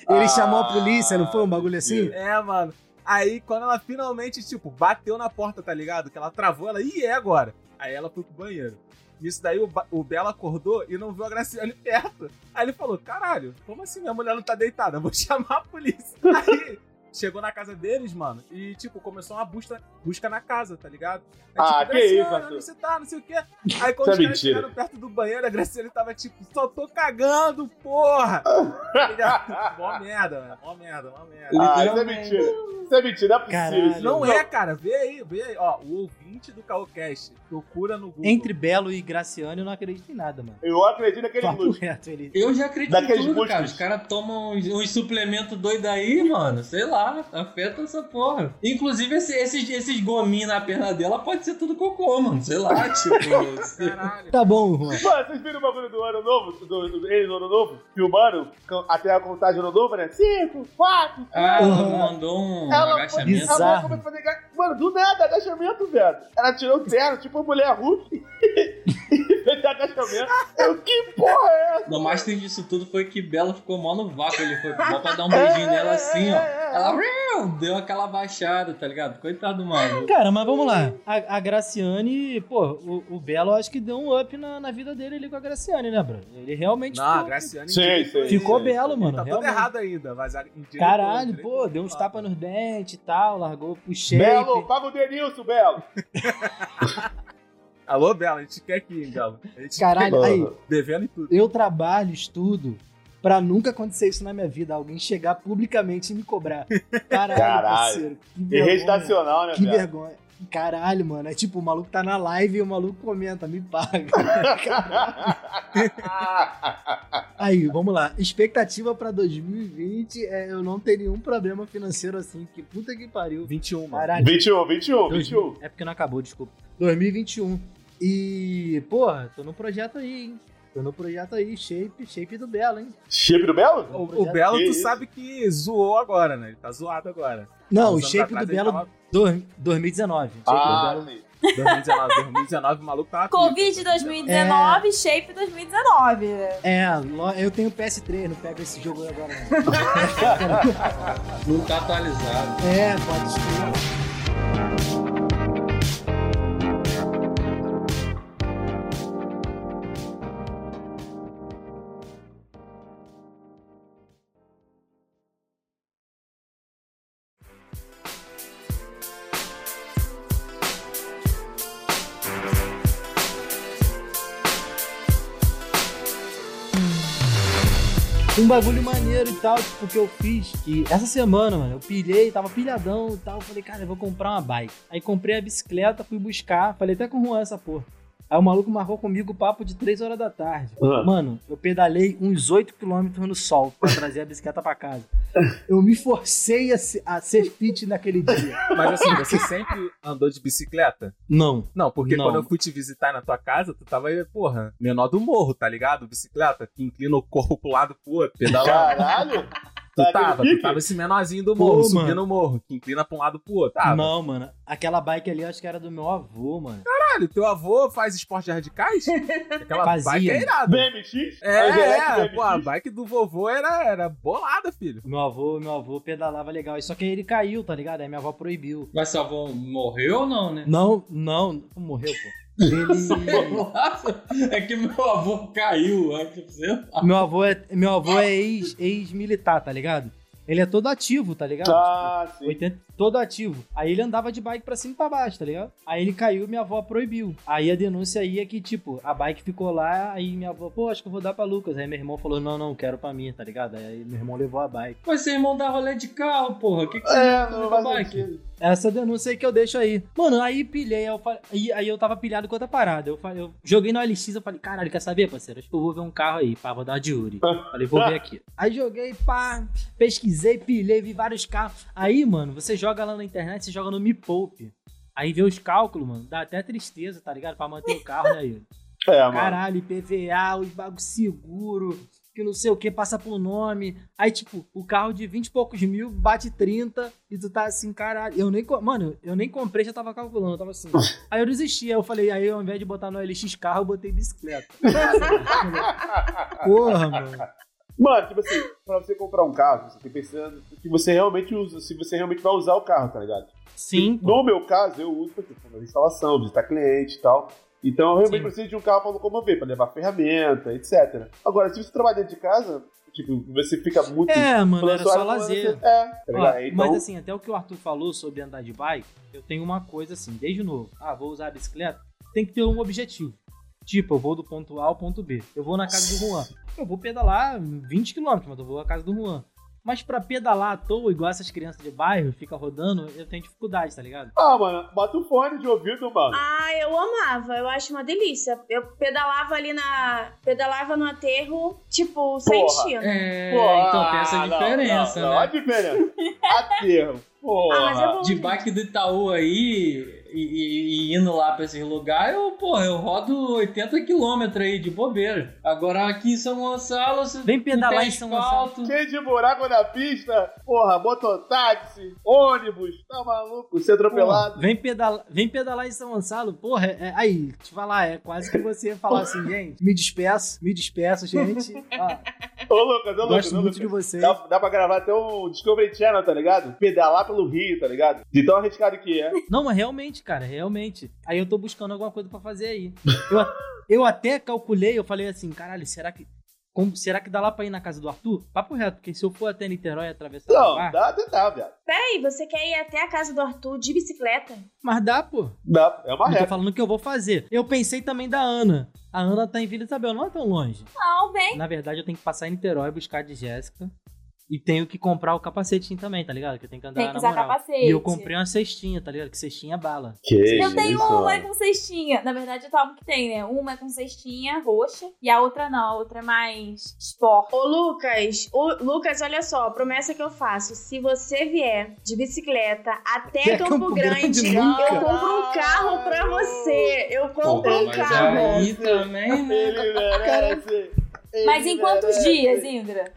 Ele
Ah,
chamou a polícia, não foi um bagulho assim?
É, mano. Aí quando ela finalmente, tipo, bateu na porta, tá ligado? Que ela travou, ela, ih, é agora. Aí ela foi pro banheiro. Nisso daí o, Ba- o Belo acordou e não viu a Graciane perto. Aí ele falou: caralho, como assim minha mulher não tá deitada? Eu Vou chamar a polícia. Aí chegou na casa deles, mano, e tipo, começou uma busca, busca na casa, tá ligado? Aí, tipo,
Ah, que
"Graciane,
isso, Arthur."
onde você tá? Não sei o quê. Aí
Isso
quando
é
os caras
mentira.
chegaram perto do banheiro, a Graciane tava tipo, só tô cagando, porra! Tá ligado? mó merda, mano. Mó merda, mó merda.
Ah, isso é
Literalmente.
mentira. Isso é mentira, não é possível.
Caralho.
isso.
Não é, cara. Vê aí, vê aí. Ó, o ouvinte do Caocast. Procura no Google.
Entre Belo e Graciano, eu não acredito em nada, mano.
Eu acredito naquele
Papo
glúteo.
reto, ele.
Eu já acredito
Daqueles
em tudo,
músculos.
cara. Os caras tomam uns, uns suplementos doidos aí, mano. Sei lá, afeta essa porra. Inclusive, esse- esses, esses gominhos na perna dela pode ser tudo cocô, mano. Sei lá, tipo... sei-
Caralho.
Tá bom, Juan.
Mano, vocês viram o bagulho do ano novo? Do, do, eles no ano novo? Filmando com- até a contagem do ano novo, né? Cinco, quatro.
Ah, ela
Porra.
mandou um
Ela foi,
agachamento.
a mulher
Bizarro.
começou a fazer. ga- Mano, do nada, agachamento, velho. Ela tirou o terno, tipo a mulher Hulk. e fez agachamento. Eu, que porra é essa?
Não, mais triste disso tudo foi que Belo ficou mó no vácuo. Ele foi mó pra dar um beijinho nela assim, ó. Ela "Riu", deu aquela baixada, tá ligado? Coitado, mano.
Cara, mas vamos lá. A, a Graciane, pô, o, o Belo acho que deu um up na, na vida dele ali com a Graciane, né, Bruno? Ele realmente.
Não, Ah, a
ficou-
Graciane.
Sim,
endireitou
sim.
ele.
Ficou
Sim,
belo,
Ele
mano.
Tá todo
realmente.
errado ainda, mas. a- endireitou,
Caralho,
endireitou,
pô, deu uns
claro.
tapas nos dentes e tal, largou pro shape.
Belo, paga o Denilson, Belo.
Alô, Bela, a gente quer aqui, hein, Bela. A gente
Caralho, aí,
quer devendo e tudo.
eu trabalho, estudo, pra nunca acontecer isso na minha vida, alguém chegar publicamente e me cobrar. Caralho,
Caralho.
parceiro. Que vergonha.
Irrestacional, né,
Que
velho?
vergonha. Caralho, mano. É tipo, o maluco tá na live e o maluco comenta, me paga. Aí, vamos lá. Expectativa pra 2020 é eu não ter nenhum problema financeiro assim, que puta que pariu.
21, mano.
Caralho.
21, 21, 21.
É porque não acabou, desculpa. 2021. E, porra, tô num projeto aí, hein? Tô no projeto aí, shape, shape do Belo, hein?
Chip do Belo?
No
O, o
projeto-
Belo,
Que
tu
isso?
sabe que zoou agora, né? Ele tá zoado agora.
Não, o
Uns anos
shape do
atrás ele
Belo
tava-
dois- 2019. Shape
Ah,
do Belo.
sim.
2019, 2019, o maluco tava.
Covid 2019, shape 2019. né?
É, lo- eu tenho PS3, não pego esse jogo agora não.
Não tá atualizado.
É, pode ser. Um bagulho maneiro e tal, tipo, que eu fiz, que essa semana, mano, eu pilhei, tava pilhadão e tal, falei, cara, eu vou comprar uma bike. Aí comprei a bicicleta, fui buscar, falei até com o Juan essa porra. Aí o maluco marcou comigo o papo de 3 horas da tarde.
Ah.
Mano, eu pedalei uns 8km no sol pra trazer a bicicleta pra casa. Eu me forcei a se- a ser fit naquele dia.
Mas assim, você sempre andou de bicicleta?
Não.
Não, porque
Não.
quando eu fui te visitar na tua casa, tu tava, aí, porra, menor do morro, tá ligado? Bicicleta, que inclina o corpo pro lado pro outro, pedalando.
Caralho!
Tu
Tá
tava,
aquele
tu
pique?
tava esse menorzinho do
Pô,
morro,
mano.
subindo o morro, que inclina pra um lado pro outro. Tava.
Não, mano. Aquela bike ali eu acho que era do meu avô, mano.
Caralho, teu avô faz esportes radicais? Aquela
Fazia. né?
bike é irada.
BMX?
É,
Angeleque
é,
BMX?
pô, a bike do vovô era, era bolada, filho.
Meu avô, meu avô pedalava legal. Só que aí ele caiu, tá ligado? Aí minha avó proibiu.
Mas sua avó morreu ou não, né?
Não, não, morreu, pô. Ele.
é que meu avô caiu antes de você.
meu avô é, meu avô é ex- ex-militar, tá ligado? Ele é todo ativo, tá ligado?
Ah,
Tipo,
sim.
80, todo ativo. Aí ele andava de bike pra cima e pra baixo, tá ligado? Aí ele caiu, minha avó proibiu. Aí a denúncia aí é que, tipo, a bike ficou lá, aí minha avó, pô, acho que eu vou dar pra Lucas. Aí meu irmão falou, não, não, quero pra mim, tá ligado? Aí meu irmão levou a bike.
Mas seu irmão dá rolê de carro, porra. O que, que você
É,
com
não faz
bike?
sentido.
Essa denúncia aí que eu deixo aí. Mano, aí pilhei, aí eu, fa- aí, aí eu tava pilhado com outra parada. Eu, falei, eu joguei na LX, eu falei, caralho, quer saber, parceiro? Acho que eu vou ver um carro aí, pá, vou dar uma de Uri. Falei, vou ver aqui. Aí joguei, pá, pesquisei, pilhei, vi vários carros. Aí, mano, você joga lá na internet, você joga no Me Poupe. Aí vê os cálculos, mano, dá até tristeza, tá ligado? Pra manter o carro, né, Yuri?
É, mano.
Caralho, IPVA, os bagulho seguro, que não sei o que, passa por nome. Aí, tipo, o carro de 20 e poucos mil bate 30 e tu tá assim, caralho. Eu nem, co- mano, eu nem comprei, já tava calculando, eu tava assim. aí eu desisti, aí eu falei, aí ao invés de botar no LX carro, eu botei bicicleta. Porra, mano.
Mano, tipo assim, pra você comprar um carro, você tem que pensar no que você realmente usa, se você realmente vai usar o carro, tá ligado?
Sim, pô.
No meu caso, eu uso pra tipo, fazer instalação, visitar cliente e tal. Então eu realmente
Sim.
preciso de um carro pra locomover, pra levar ferramenta, etc. Agora, se você trabalha dentro de casa, tipo, você fica muito.
É, mano, era só
plantuário,
lazer.
Você, é, tá ligado?
Ó,
então,
Mas assim, até o que o Arthur falou sobre andar de bike, eu tenho uma coisa assim, desde novo. Ah, vou usar a bicicleta. Tem que ter um objetivo. Tipo, eu vou do ponto A ao ponto B. Eu vou na casa do Juan. Eu vou pedalar 20 km, mas eu vou à casa do Juan. Mas pra pedalar à toa, igual essas crianças de bairro, fica rodando, eu tenho dificuldade, tá ligado?
Ah, mano, bota o fone de ouvido, mano.
Ah, eu amava, eu acho uma delícia. Eu pedalava ali na. Pedalava no aterro, tipo, sem
Porra.
destino.
É,
Pô,
então tem essa
ah, não,
diferença,
não, não,
né?
Olha a diferença. Aterro. Porra.
Ah, mas é bom.
De bike do Itaú aí e, e- e indo lá pra esses lugares, eu, porra, eu rodo 80 km aí de bobeira. Agora aqui em São Gonçalo, você
Vem pedalar
não tem
em São
asfalto.
Cheio de buraco na pista, porra, mototáxi, ônibus, tá maluco, ser atropelado.
Porra, vem, pedalar, vem pedalar em São Gonçalo, porra, é, é- aí, te falar, é quase que você falar assim, gente, me despeço, me despeço, gente. Ah,
Ô, Lucas, ô, Lucas,
gosto
ô,
muito de
Lucas.
vocês.
Dá, dá pra gravar até um Discovery Channel, tá ligado? Pedalar pelo Rio, tá ligado? De tão arriscado que é.
Não, mas realmente, cara, realmente. Aí eu tô buscando alguma coisa pra fazer aí. Eu, a- eu até calculei, eu falei assim, caralho, será que. como- será que dá lá pra ir na casa do Arthur? Papo reto, porque se eu for até Niterói atravessar o
Ah.
Não,
mar,
dá, dá, dá, viado.
Peraí, você quer ir até a casa do Arthur de bicicleta?
mas dá, pô.
Dá, é uma
Eu tô
reta.
falando que eu vou fazer. Eu pensei também da Ana. A Ana tá em Vila Isabel, não é tão longe.
Não, vem.
Na verdade, eu tenho que passar em Niterói buscar de Jéssica. E tenho que comprar o capacetinho também, tá ligado? Que eu tenho que andar
Tem que
na
usar
moral.
capacete.
E eu comprei uma cestinha, tá ligado? Que cestinha é bala.
Que
Eu tenho
isso,
uma é com cestinha. Na verdade, eu tomo que tem, né? Uma é com cestinha roxa e a outra não. A outra é mais esporte.
Ô Lucas, ô, Lucas, olha só, a promessa que eu faço. Se você vier de bicicleta até Campo, Grande,
nunca.
eu compro um carro pra você. Eu compro
Porra,
um
mas
carro.
aí é também, né?
Ele merece. Ele
Mas em
É.
quantos
merece.
dias, Indra?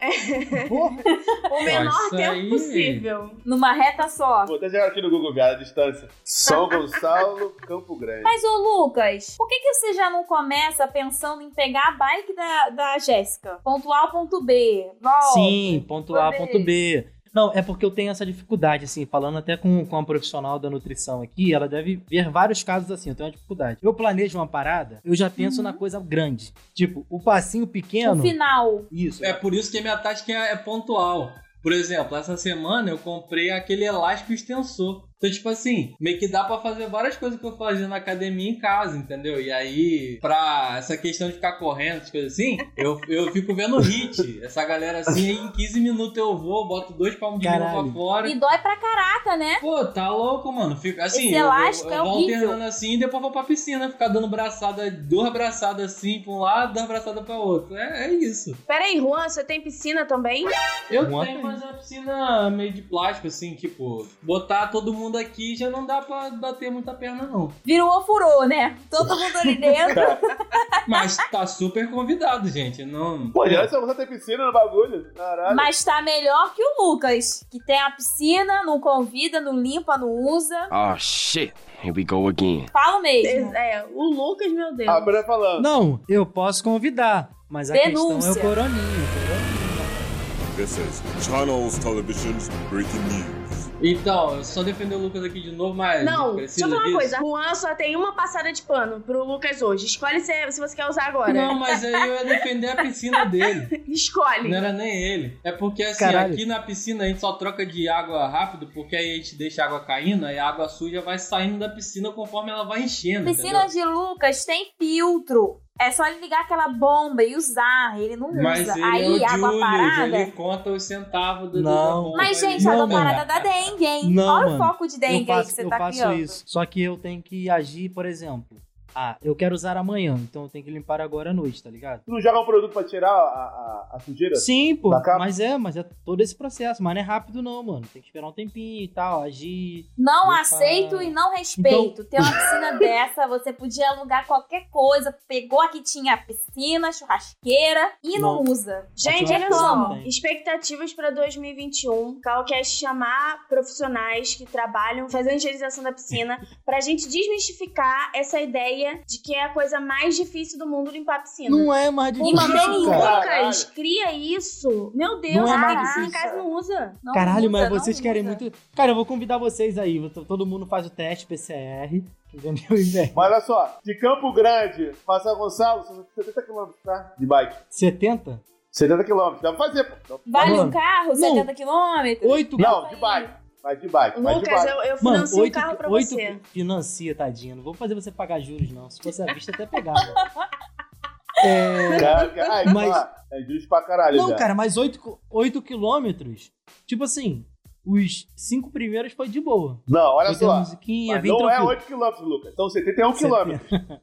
O menor
isso
tempo
aí.
possível.
Numa reta só.
Vou até jogar aqui no Google Viada, a distância. São Gonçalo, Campo Grande.
Mas, ô Lucas, por que, que você já não começa pensando em pegar a bike da, da Jéssica? Ponto A ao ponto B. Volta.
Sim, ponto A,
Poder.
ponto B. Não, é porque eu tenho essa dificuldade, assim, falando até com, com a profissional da nutrição aqui, ela deve ver vários casos assim, eu tenho uma dificuldade. Eu planejo uma parada, eu já penso
Uhum.
na coisa grande. Tipo, o passinho pequeno.
No final.
Isso.
É por isso que a minha tática é é pontual. Por exemplo, essa semana eu comprei aquele elástico extensor. Então, tipo assim, meio que dá pra fazer várias coisas que eu fazia na academia e em casa, entendeu? E aí, pra essa questão de ficar correndo, essas coisas assim, eu, eu fico vendo hit. Essa galera assim, aí em 15 minutos eu vou, boto dois palmos de mão pra
Caralho.
fora.
E dói pra caraca, né?
Pô, tá louco, mano. Fica assim,
Esse
eu, eu-
elástico
eu
é
vou
horrível.
alternando assim e depois vou pra piscina, ficar dando braçada, duas braçadas assim pra um lado, duas braçadas pra outro. É, é isso.
Peraí, Juan, você tem piscina também?
Eu
Uma
tenho,
tem.
mas é uma piscina meio de plástico, assim, tipo, botar todo mundo aqui já não dá pra bater muita perna, não.
Vira um ofurô, né? Todo mundo ali dentro.
Mas tá super convidado, gente. Não.
Pô, já só você tem piscina no bagulho. Caralho.
Mas tá melhor que o Lucas, que tem a piscina, não convida, não limpa, não usa.
Ah.
Oh shit, here we go again.
Falo mesmo.
É, o Lucas, meu Deus.
A Bruna falando.
Não, eu posso convidar, mas a questão é
Denúncia.
o coroninho, entendeu?
This is Channels Television's breaking news.
Então, eu só defender o Lucas aqui de novo, mas.
Não, deixa
precisa
eu falar uma
disso.
coisa. Juan só tem uma passada de pano pro Lucas hoje. Escolhe se, se você quer usar agora.
Não, mas aí eu ia defender a piscina dele.
Escolhe.
Não era nem ele. É porque assim,
Caralho.
aqui na piscina a gente só troca de água rápido, porque aí a gente deixa a água caindo, aí a água suja vai saindo da piscina conforme ela vai enchendo.
Piscina
entendeu?
de Lucas tem filtro. É só ele ligar aquela bomba e usar. Ele não usa.
Mas ele
Aí,
é o
água
Julius,
parada.
ele conta os centavos do
Não.
Mas, gente,
Não,
a água
mano.
parada dá dengue, hein?
Não,
Olha o
mano.
foco de dengue
eu faço,
aí que você
eu
tá
faço
criando.
isso. Só que eu tenho que agir, por exemplo. Ah, eu quero usar amanhã, então eu tenho que limpar agora à noite, tá ligado?
Tu não joga um produto pra tirar a, a, a sujeira?
Sim, pô.
Da capa?
Mas é, mas é todo esse processo. Mas não é rápido, não, mano. Tem que esperar um tempinho e tal, agir.
Não
Opa.
aceito e não respeito.
Então-
Ter uma piscina dessa, você podia alugar qualquer coisa. Pegou aqui, tinha piscina, churrasqueira e não, usa.
Gente,
Ótima
olha
opção,
só.
né?
Expectativas para 2021. Cal quer um. chamar profissionais que trabalham fazendo higienização da piscina pra gente desmistificar essa ideia de que é a coisa mais difícil do mundo limpar a piscina.
Não é mais
Não
difícil,
mandei nenhum.
cara.
Lucas, cria isso. Meu Deus,
Não é
a
mais
piscina em
isso.
casa não usa.
Não
Caralho,
usa,
mas
não
vocês querem
usa.
muito. Cara, eu vou convidar vocês aí. vou- Todo mundo faz o teste PCR. Entendeu? E, velho,
Mas olha só, de Campo Grande pra São Gonçalo, são 70 km, tá? De bike.
70?
70 km, dá pra fazer, pô. Dá pra-
Vale um
Mano,
carro, 70 quilômetros?
8
Não, de bike. Vai de bike, vai de
Lucas,
bike.
eu, eu
Mano,
financio um
oito,
carro pra
oito
você.
financia, tadinho. Não vou fazer você pagar juros, não. Se fosse à vista, até pegava. É...
Caraca, ai,
Mas-
lá, é justo pra caralho
Não,
já.
cara, mas 8, quilômetros, tipo assim, os cinco primeiros foi de boa.
Não, olha
Botei uma
só.
musiquinha,
Mas
bem
não é
um tranquilo.
8 km, Lucas. São 71
70.
km.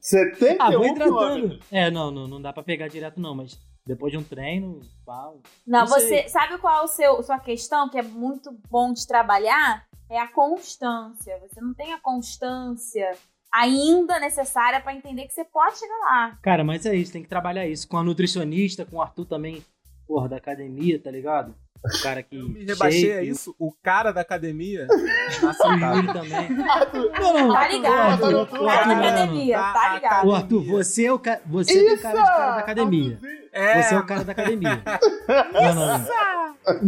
Ah,
71
vou
km.
um
hidratando. É, não, não, não dá pra pegar direto não, mas depois de um treino, pau.
Não,
Não sei.
você sabe qual é o seu sua questão que é muito bom de trabalhar? É a constância. Você não tem a constância ainda necessária pra entender que você pode chegar lá.
Cara, mas é isso, tem que trabalhar isso. Com a nutricionista, com o Arthur também, porra, da academia, tá ligado? O cara que...
Eu me rebaixei, é isso? O cara da academia
O
aceitável.
Yuri também.
Ah, tu-
Não, não.
Tá
O
ligado?
Tá
Arthur, o Arthur,
Cara da
ligado.
mano,
academia, tá ligado?
o Arthur, você é o cara, você é o cara de cara da academia.
Arthurzinho.
É,
Você é o cara da academia. Não, não, não.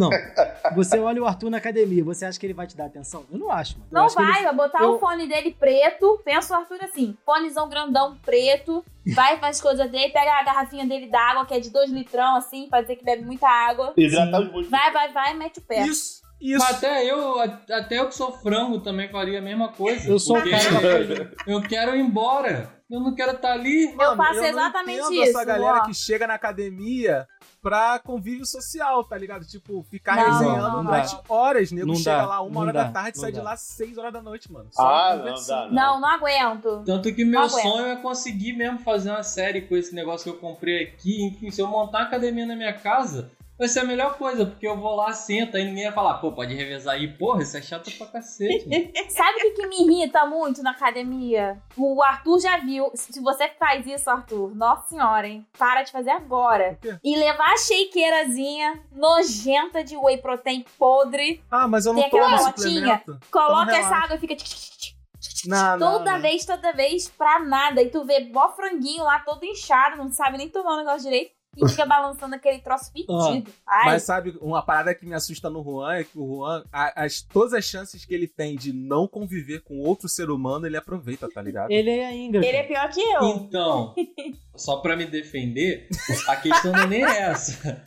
Não. Você olha o Arthur na academia, você acha que ele vai te dar atenção? Eu não acho, mano. Eu
Não
acho que
vai,
ele-
vai botar
eu-
o fone dele preto. Pensa o Arthur assim: fonezão grandão preto. Vai faz as coisas dele, pega a garrafinha dele d'água, que é de dois litrão, assim, pra dizer que bebe muita água.
Hidratar os músculos.
Vai, vai, vai, mete o pé.
isso, isso.
Mas até eu, até eu que sou frango também faria a mesma coisa.
Eu sou o
porque
cara da
Eu quero ir embora. Eu não quero estar ali.
eu faço
não
exatamente
entendo
isso,
essa galera
ó.
que chega na academia pra convívio social, tá ligado? Tipo, ficar
Não,
resenhando
não, não.
durante horas. Nego
Não
chega
dá,
lá uma
não
hora
dá,
da tarde,
não
sai de
dá.
lá seis horas da noite, mano. Só
Ah, não,
conversando.
dá, não.
Não, não aguento.
Tanto que meu
Não aguento.
sonho é conseguir mesmo fazer uma série com esse negócio que eu comprei aqui. Enfim, se eu montar uma academia na minha casa, vai ser a melhor coisa, porque eu vou lá, senta e ninguém vai falar, pô, pode revezar aí. Porra, isso é chato pra cacete. mano.
Sabe o que, que me irrita muito na academia? O Arthur já viu. Se você faz isso, Arthur, nossa senhora, hein? Para de fazer agora.
quê?
E levar a shakeirazinha nojenta de whey protein podre.
Ah, mas eu não
Tem aquela
tomo
latinha.
suplemento.
Então
Coloca
relaxa.
essa água e fica. tch, tch, tch, tch, tch,
Ah, Não, né? não,
toda
não.
vez, toda vez, pra nada. E tu vê mó franguinho lá, todo inchado, não sabe nem tomar o negócio direito. E fica balançando aquele troço fedido. Ai,
Mas sabe, uma parada que me assusta no Juan é que o Juan, a- as, todas as chances que ele tem de não conviver com outro ser humano, ele aproveita, tá ligado?
Ele é ainda.
Ele é pior que eu.
Então, só pra me defender, a questão não é nem essa.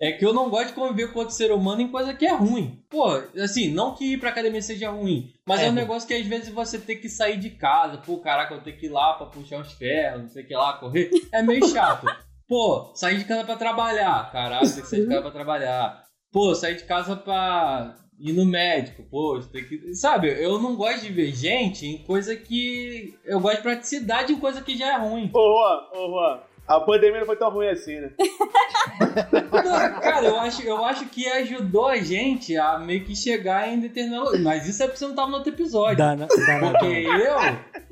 É que eu não gosto de conviver com outro ser humano em coisa que é ruim. Pô, assim, não que ir pra academia seja ruim, mas
É
é, um
ruim.
negócio que às vezes você tem que sair de casa, pô, caraca, eu tenho que ir lá pra puxar uns ferros, não sei o que lá, correr. É meio chato. Pô, sair de casa pra trabalhar, caraca, tem que sair de casa pra trabalhar. Pô, sair de casa pra ir no médico, pô, você tem que. Sabe, eu não gosto de ver gente em coisa que. Eu gosto de praticidade em coisa que já é ruim.
Ô, Juan, ô, Juan. A pandemia não foi tão ruim assim, né?
Não, cara, eu acho, eu acho que ajudou a gente a meio que chegar em determinado. lugar. Mas isso é porque você não tava no outro episódio.
Dana,
Porque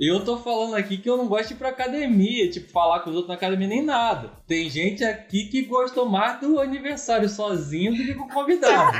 eu, eu tô falando aqui que eu não gosto de ir pra academia, tipo, falar com os outros na academia nem nada. Tem gente aqui que gostou mais do aniversário sozinho do que com o convidado.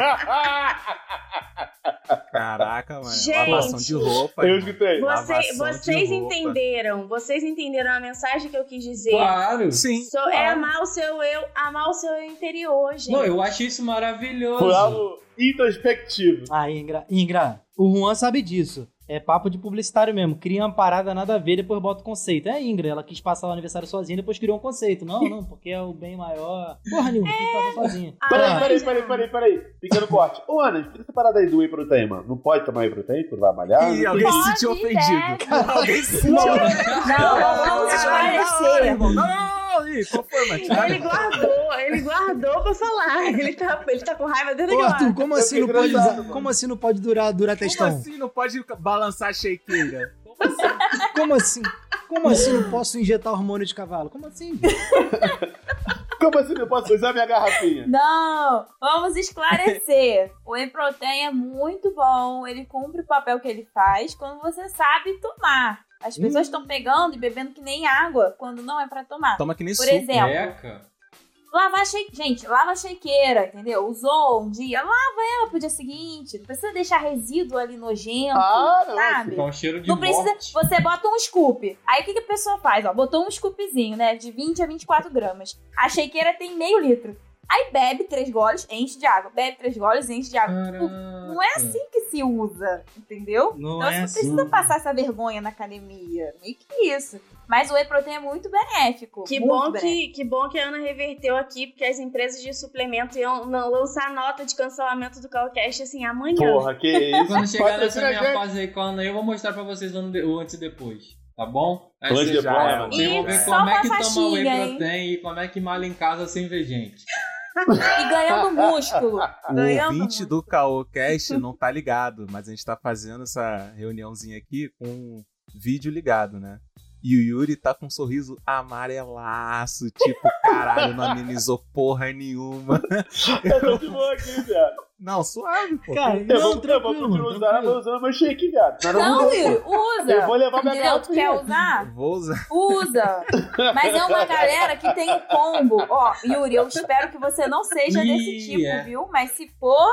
Caraca, mano.
Gente.
lavação de roupa.
Eu
irmão.
escutei.
Você-
Lavação de
vocês
roupa.
entenderam, vocês entenderam a mensagem que eu quis dizer.
Claro.
Sim.
So- é amar o seu eu, amar o seu eu interior, gente.
Não, eu acho isso
Foi
maravilhoso.
algo introspectivo.
Ah, Ingra, Ingra, o Juan sabe disso. É papo de publicitário mesmo. Cria uma parada nada a ver, depois bota o conceito. É Ingra, ela quis passar o aniversário sozinha, depois criou um conceito. Não, não, porque é o bem maior. Porra nenhuma, quis passar sozinha.
Ah,
Peraí, peraí,
gente.
peraí, peraí, peraí. Fica no corte. Ô, Ana, explica essa parada aí do whey protein, mano. Não pode tomar whey protein quando vai malhar?
Ih, alguém se
Pode,
sentiu ofendido. Alguém se sentiu
Não,
ofendido.
não, vamos
Caralho, na hora,
esclarecer.
irmão. Não, ih, qual foi,
Ele
mano?
guardou, ele guardou pra falar. Ele tá, ele tá com raiva desde
Ô,
aquela
Arthur,
hora.
como
Eu
assim, não
fiquei
pode,
engraçado,
usar-
mano.
como assim não pode durar, durar
Como
testão?
assim não pode balançar a shakeira?
Como assim? Como assim não posso injetar hormônio de cavalo? Como assim?
Como assim eu posso usar minha garrafinha?
Não, vamos esclarecer. o whey protein é muito bom, ele cumpre o papel que ele faz quando você sabe tomar. As pessoas
Hum.
estão pegando e bebendo que nem água quando não é pra tomar.
Toma que nem
Por
suco.
exemplo,
Eca.
lavar shake... gente, lava a shakeira, entendeu? Usou um dia, lava ela pro dia seguinte. Não precisa deixar resíduo ali nojento,
Ah, não,
sabe?
Fica um cheiro de
Não precisa.
morte.
Você bota um scoop. Aí o que, que a pessoa faz? Ó, botou um scoopzinho, né? De 20 a 24 gramas. A shakeira tem meio litro. Aí bebe três goles, enche de água. Bebe três goles, enche de água. Não é assim que se usa, entendeu?
Não é assim.
então você não precisa passar essa vergonha na academia. Meio que isso. Mas o whey protein é muito benéfico.
Que
muito
bom
benéfico.
que, que bom que a Ana reverteu aqui, porque as empresas de suplemento iam não lançar nota de cancelamento do Calcast assim amanhã.
Porra, que isso?
Quando chegar nessa
Patrocina a
minha
gente.
fase aí com a Ana, eu vou mostrar pra vocês o ano de- o antes e depois. Tá bom? Aí
Antes e
vocês
depois,
já-
mano.
vocês vão ver como
E só
é que
uma
toma whey
faixinha, hein?
protein e como é que malha em casa sem ver gente.
E ganhando músculo.
O
ganhando
ouvinte do CaoCast não tá ligado, mas a gente tá fazendo essa reuniãozinha aqui com um vídeo ligado, né? E o Yuri tá com um sorriso amarelaço, tipo, caralho, não amenizou porra nenhuma.
Eu tô de boa aqui, viado.
Não, suave, pô.
Cara,
Eu
não,
vou, eu vou
tranquilo.
continuar usando, eu
tranquilo.
vou usando meu shake, viado. Nada
Não,
muda.
Will, usa.
Eu vou levar minha
Entendeu? Tu quer
garrafinha.
usar?
Vou usar.
Usa! Mas é uma galera que tem o combo. Ó, Yuri, eu espero que você não seja desse tipo,
Ih, é.
viu? Mas se for,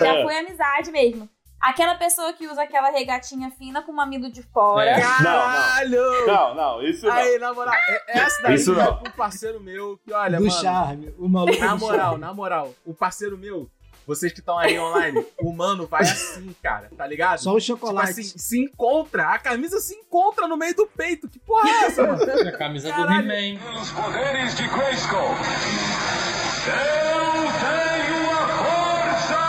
já
É.
foi amizade mesmo. Aquela pessoa que usa aquela regatinha fina com o mamilo de fora.
É.
Caralho!
Não, não, isso não.
Aí, na moral, é- essa daí
Isso não.
foi um parceiro meu que, olha,
Do
mano,
charme. O maluco
na
do
moral,
charme.
na moral, o parceiro meu, vocês que estão aí online, o mano vai assim, cara, tá ligado?
Só o
Tipo
chocolate.
assim, se encontra, a camisa se encontra no meio do peito. Que porra é essa, mano?
É A camisa
Caralho.
do He-Man.
Os poderes de Grayskull. Eu tenho a força!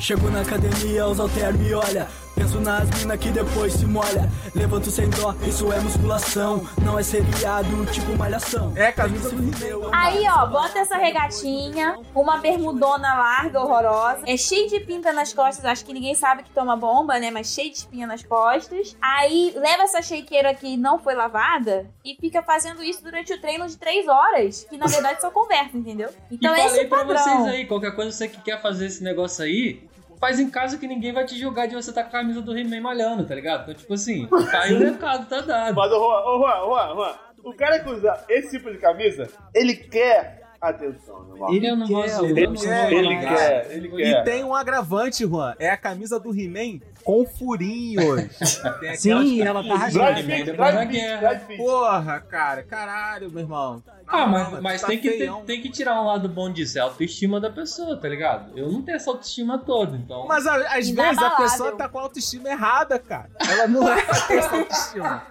Chego na academia, os halter me olha Penso nas mina que depois se molha. Levanto sem dó, isso é musculação. Não é seriado, tipo malhação.
É, camisa do Rio.
Aí, ó, bota essa regatinha, uma bermudona larga, horrorosa. É cheio de pinta nas costas, acho que ninguém sabe que toma bomba, né? Mas cheio de espinha nas costas. Aí, leva essa shakeira que não foi lavada e fica fazendo isso durante o treino de três horas, que na verdade só conversa, entendeu? Então
e
é esse
falei
o
pra vocês
padrão.
aí, qualquer coisa você que quer fazer esse negócio aí, faz em casa que ninguém vai te julgar de você tá com a camisa do He-Man malhando, tá ligado? Então, tipo assim, tá aí o recado, tá dado.
Mas, ô Juan, ô Juan, Juan, Juan, o cara que usa esse tipo de camisa, ele quer atenção, meu irmão.
Ele
eu não
quer,
vou zoar,
ele
eu não vou
quer,
falar
Ele
nada.
quer, ele
é, tá E
quer.
tem um agravante, Juan. É a camisa do He-Man com furinhos. Tem aquelas-
Sim, ela tá rasgada.
Brad
Ele
Pitt,
é
Brad
da
Pitt,
guerra.
Brad Pitt.
Porra, cara. Caralho, meu irmão.
Ah,
Caramba,
mas, mas
tá
tem, que,
feião.
tem, tem que tirar um lado bom disso, é a autoestima da pessoa, tá ligado? Eu não tenho essa autoestima toda, então.
Mas a- às vezes a
Inabalável.
pessoa tá com a autoestima errada, cara. Ela não é pra ter essa autoestima.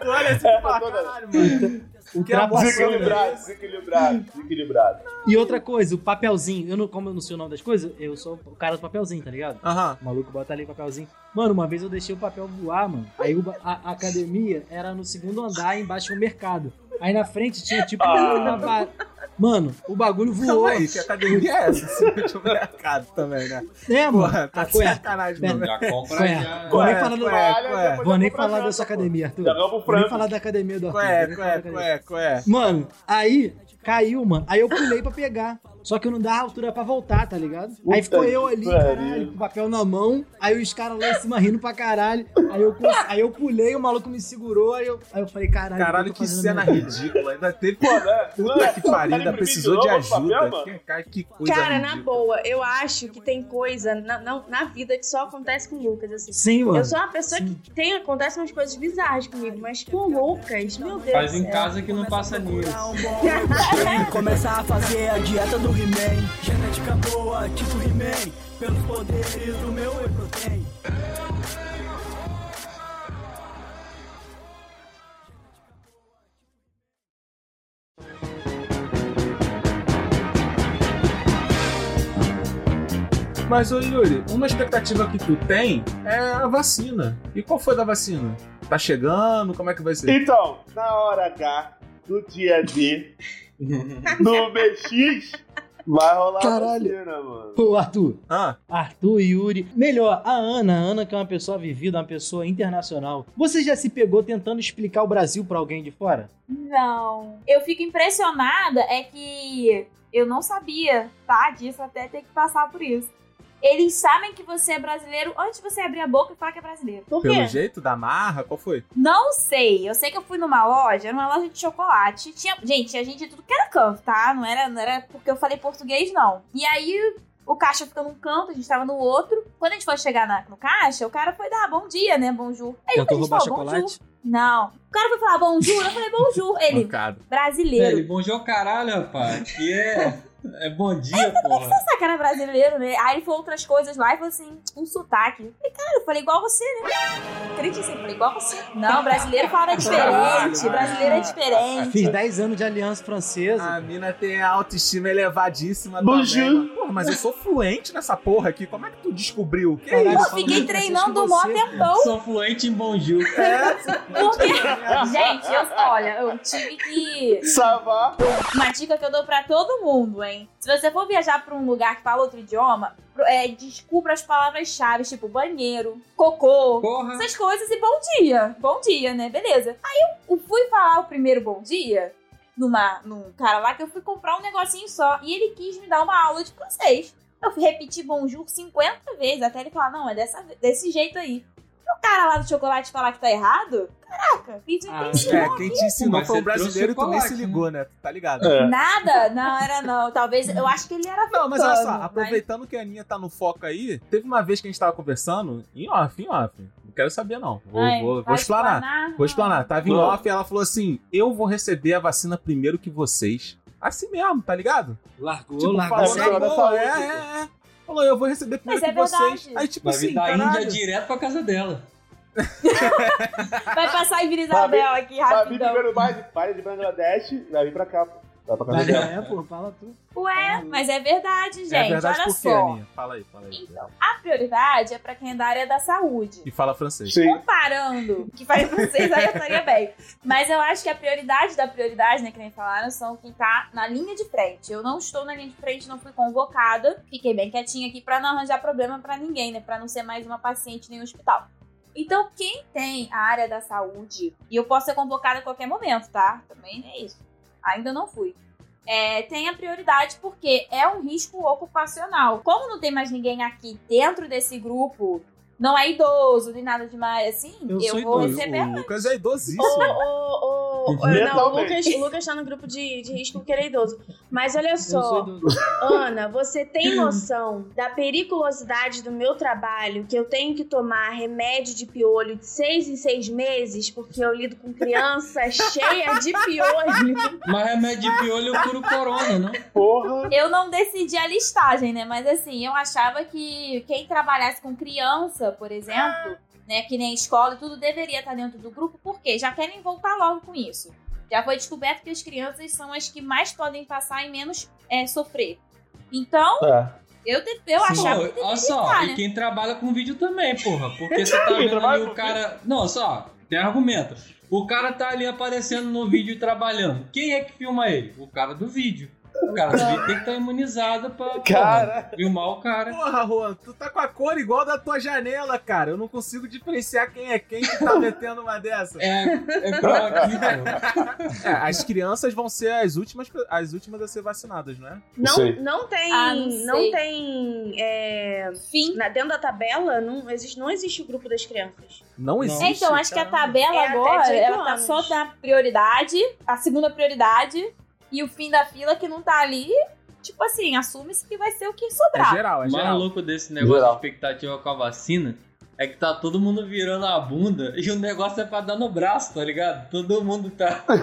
Tu olha assim e fala, caralho, mano. Que
Ultrapassou,
amor.
né?
Desequilibrado, desequilibrado, desequilibrado.
E outra coisa, o papelzinho. Eu não, como eu não sei o nome das coisas, eu sou o cara do papelzinho, tá ligado?
Aham.
O maluco bota ali o papelzinho. Mano, uma vez eu deixei o papel voar, mano. Aí o ba- a, a academia era no segundo andar, embaixo tinha um mercado. Aí na frente tinha tipo.
Ah.
uma ba- Mano, o bagulho voou.
Calma Então, aí, que academia é essa? Se eu tiver mercado também, né?
É,
Porra,
mano.
tá
Qual é?
sacanagem, mano.
Já compra
Qual é?
tá
Vou nem
já.
Qual é?
falar do-
Qual é?
Olha,
Qual é?
depois
Vou nem
eu compro a
falar
janta,
dessa
pô.
academia, Arthur.
Já vamos pro
Vou nem
frango.
falar da academia do Arthur.
Qual é,
vou nem
qual
falar da
é,
academia.
qual é, qual é?
Mano, aí caiu, mano. Aí eu pulei pra pegar. Só que eu não dava altura pra voltar, tá ligado? aí ficou
que
eu ali,
pariu.
caralho, com o papel na mão. Aí os caras lá em cima rindo pra caralho. Aí eu, cons- aí eu pulei, o maluco me segurou. Aí eu, aí eu falei, caralho.
Caralho,
o eu tô
que
fazendo,
cena
mano?
ridícula. Ainda teve.
né? Não
Puta
é?
que pariu,
Cara,
ainda
imprimir
precisou
de
de
novo o papel,
ajuda.
mano?
Que- Cara, que coisa.
Cara, na
ridícula.
boa, eu acho que tem coisa na, não- na vida que só acontece com o Lucas, assim.
Sim, mano.
Eu sou uma pessoa que tem, acontece umas coisas bizarras comigo, mas com o Lucas, meu Deus
Faz
do
em
céu.
casa que não passa nisso.
um
um Começar a fazer a dieta do He-Man. Genética boa, tipo He-Man. Pelos poderes do meu whey protein.
Mas, ô Yuri, uma expectativa que tu tem é a vacina. E qual foi da vacina? Tá chegando? Como é que vai ser?
Então, na hora H, do dia D, no BX, vai rolar
Caralho.
vacina, mano.
Pô, Arthur.
Ah,
Arthur, Yuri. Melhor, a Ana. A Ana que é uma pessoa vivida, uma pessoa internacional. Você já se pegou tentando explicar o Brasil pra alguém de fora?
Não. Eu fico impressionada é que eu não sabia, tá? Disso até ter que passar por isso. Eles sabem que você é brasileiro antes de você abrir a boca e falar que é brasileiro.
Por
pelo
quê?
jeito da marra? Qual foi?
Não sei. Eu sei que eu fui numa loja, era uma loja de chocolate. Tinha, gente, a gente de tudo que era canto, tá? Não era, não era porque eu falei português, não. E aí o caixa fica num canto, a gente tava no outro. Quando a gente foi chegar na- no caixa, o cara foi dar bom dia, né? Bonjour. Aí
Tentou
a gente
roubar
falou, bonjour.
chocolate?
Não. O cara foi falar bonjour, eu falei bonjour. Ele,
Mancado.
brasileiro.
É
Ele bom jogo caralho, rapaz. Que é. É bom dia, porra.
essa cara é brasileiro, né? Aí ele falou outras coisas lá e falou assim, um sotaque. Eu falei, cara, eu falei igual você, né? Acredite assim, eu falei igual você. Não, brasileiro fala diferente, brasileiro é diferente.
Fiz 10 anos de aliança francesa.
A mina tem a autoestima elevadíssima.
Bonjour.
também, mano. Porra, mas eu sou fluente nessa porra aqui. Como é que tu descobriu? Que
Caralho,
isso?
Eu
falo
fiquei
mais
treinando o mó
francês que você.
tempão,
Sou fluente em bonjour.
É,
porque... Gente, eu- olha, eu tive que...
Savá.
Uma dica que eu dou pra todo mundo, hein? Se você for viajar pra um lugar que fala outro idioma, pro- é, descubra as palavras-chave, tipo banheiro, cocô,
Porra.
essas coisas e bom dia. Bom dia, né? Beleza. Aí eu, eu fui falar o primeiro bom dia numa, num cara lá que eu fui comprar um negocinho só e ele quis me dar uma aula de francês. Eu fui repetir bonjour 50 vezes até ele falar, não, é dessa, desse jeito aí. E o cara lá do chocolate falar que tá errado? Caraca, fiz um
Ah,
intensivo.
É, quem te ensinou
Mas
foi um
você trouxe
brasileiro e tu nem se
chocolate,
ligou, né? Tá ligado?
É.
Nada? Não, era não. Talvez, eu acho que ele era
Não, mas olha só,
Tá, Mas-
aproveitando que a Aninha tá no foco aí, teve uma vez que a gente tava conversando, em off, em off. Não quero saber, não. Vou,
Ai,
vou, vou
vai
explanar. Vou explanar. Tava em
Não.
off e ela falou assim: Eu vou receber a vacina primeiro que vocês. Assim mesmo, tá ligado?
Largou,
tipo,
largou.
falou,
essa
na
hora,
boa,
saúde,
é, é, é. Falou, eu vou receber primeiro
Mas
que
é
vocês.
verdade.
Aí, tipo
Vai vir
assim,
da Índia
caralho.
direto pra casa dela.
Vai passar em Vila Isabel aqui
Vai vir
rapidão.
primeiro mais, vai de Bangladesh, vai vir pra cá, pô. Vai pra casa
Mas
dela.
é, pô, fala tu.
Ué, mas é verdade, gente.
é verdade
Olha
por quê,
só. Então.
Aninha? Fala aí, fala aí.
A prioridade é pra quem é da área da saúde.
E fala francês.
Sim.
Comparando, que faz vocês aí eu estaria bem. Mas eu acho que a prioridade da prioridade, né, que nem falaram, são quem tá na linha de frente. Eu não estou na linha de frente, não fui convocada. Fiquei bem quietinha aqui pra não arranjar problema pra ninguém, né? Pra não ser mais uma paciente em um hospital. Então, quem tem a área da saúde, e eu posso ser convocada a qualquer momento, tá? Também é isso. Ainda não fui. É, tem a prioridade porque é um risco ocupacional. Como não tem mais ninguém aqui dentro desse grupo, não é idoso nem nada demais assim, eu,
Eu sou
vou
idoso.
receber.
O Lucas é idosíssimo.
Ô, ô, ô, ô, não, o
Mentalmente.
Lucas,
né?
o Lucas tá no grupo de, de risco porque ele é idoso. Mas olha
Eu sou
só,
idoso.
Ana, você tem noção da periculosidade do meu trabalho que eu tenho que tomar remédio de piolho de seis em seis meses porque eu lido com criança cheia de piolho?
Mas remédio de piolho eu curo corona, não?
Porra.
Eu não decidi a listagem, né? Mas assim, eu achava que quem trabalhasse com criança, por exemplo, né, que nem escola e tudo, deveria estar dentro do grupo, porque já querem voltar logo com isso. Já foi descoberto que as crianças são as que mais podem passar e menos é, sofrer. Então,
É.
eu, de- eu achava que
Pô, olha
deveria
só,
estar,
e
né?
quem trabalha com vídeo também, porra. Porque você tá vendo
trabalha
ali o
com
cara. Não, só, tem argumento. O cara tá ali aparecendo no vídeo e trabalhando. Quem é que filma ele? O cara do vídeo. O cara do vídeo tem que estar imunizado pra porra,
Cara.
filmar o cara.
Porra, Juan, tu tá com a cor igual da tua janela, cara. Eu não consigo diferenciar quem é quem que tá metendo uma dessa.
É, é igual aqui, cara.
É, as crianças vão ser as últimas, as últimas a ser vacinadas, não é?
Não,
Sei.
não tem.
Ah, não
não,
sei.
tem. é,
Fim.
na- dentro da tabela, não existe, não existe o grupo das crianças.
Não
existe,
existe.
É, então, acho
tá-
que a tabela
É até
agora,
18
ela tá
anos.
só na prioridade, a segunda prioridade, e o fim da fila que não tá ali, tipo assim, assume-se que vai ser o que sobrar.
geral, é
O mais
geral.
louco desse negócio
Geral.
de expectativa com a vacina é que tá todo mundo virando a bunda e o negócio é pra dar no braço, tá ligado? Todo mundo tá. Não,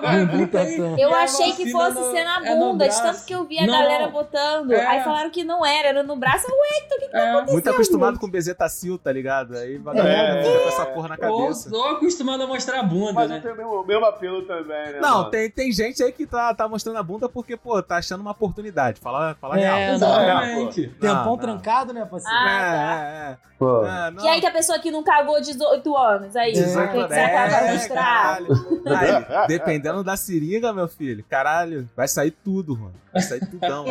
vai,
tá
aplica aí.
Eu
E É a
achei que
vacina
fosse
no-
ser na
é no
bunda, de tanto
braço.
que eu vi a
Não.
galera botando.
É.
Aí falaram que não era, era no braço. Ué,
É.
Muito acostumado com bezetacil, tá ligado? Aí vagabundo
É.
fica com essa porra na
Ou,
cabeça.
ou acostumado a mostrar a bunda,
Mas
né?
não tem o mesmo, o mesmo apelo também, né?
Não,
mano?
tem, tem gente aí que tá, tá mostrando a bunda porque, pô, tá achando uma oportunidade. Fala, fala
É,
real.
não,
Exatamente.
um
Não,
Tempão
não.
trancado, né, parceiro?
Ah,
É, é, é.
Pô.
Ah, não.
E aí que a pessoa que não cagou 18 anos, aí, o que, que você tá acaba de
É,
mostrar?
caralho. Aí, dependendo da seringa, meu filho, caralho, vai sair tudo, mano. Vai sair tudão.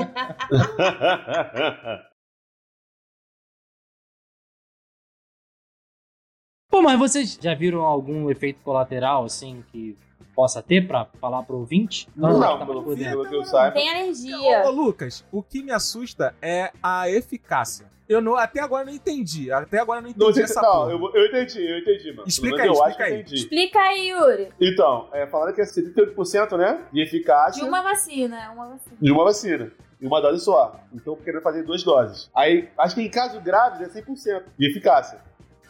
Pô, mas vocês já viram algum efeito colateral, assim, que possa ter pra falar pro ouvinte?
Não,
Ana, que tá mais
pelo
por dentro.
pelo que eu saiba.
Tem
Ô, ô,
alergia.
Lucas, o que me assusta é a eficácia. Eu não, até agora não entendi. Até agora não entendi
Não, gente,
essa
não,
porra.
eu, vou- eu entendi, eu entendi, mano.
Explica
Mas eu acho
aí, explica
que eu
aí.
entendi.
Explica aí, Yuri.
Então, é, falaram que é 78%, né? De eficácia.
De uma vacina, uma vacina.
De uma vacina. E uma dose só. Então, querendo fazer duas doses. Aí, acho que em casos graves é 100% de eficácia.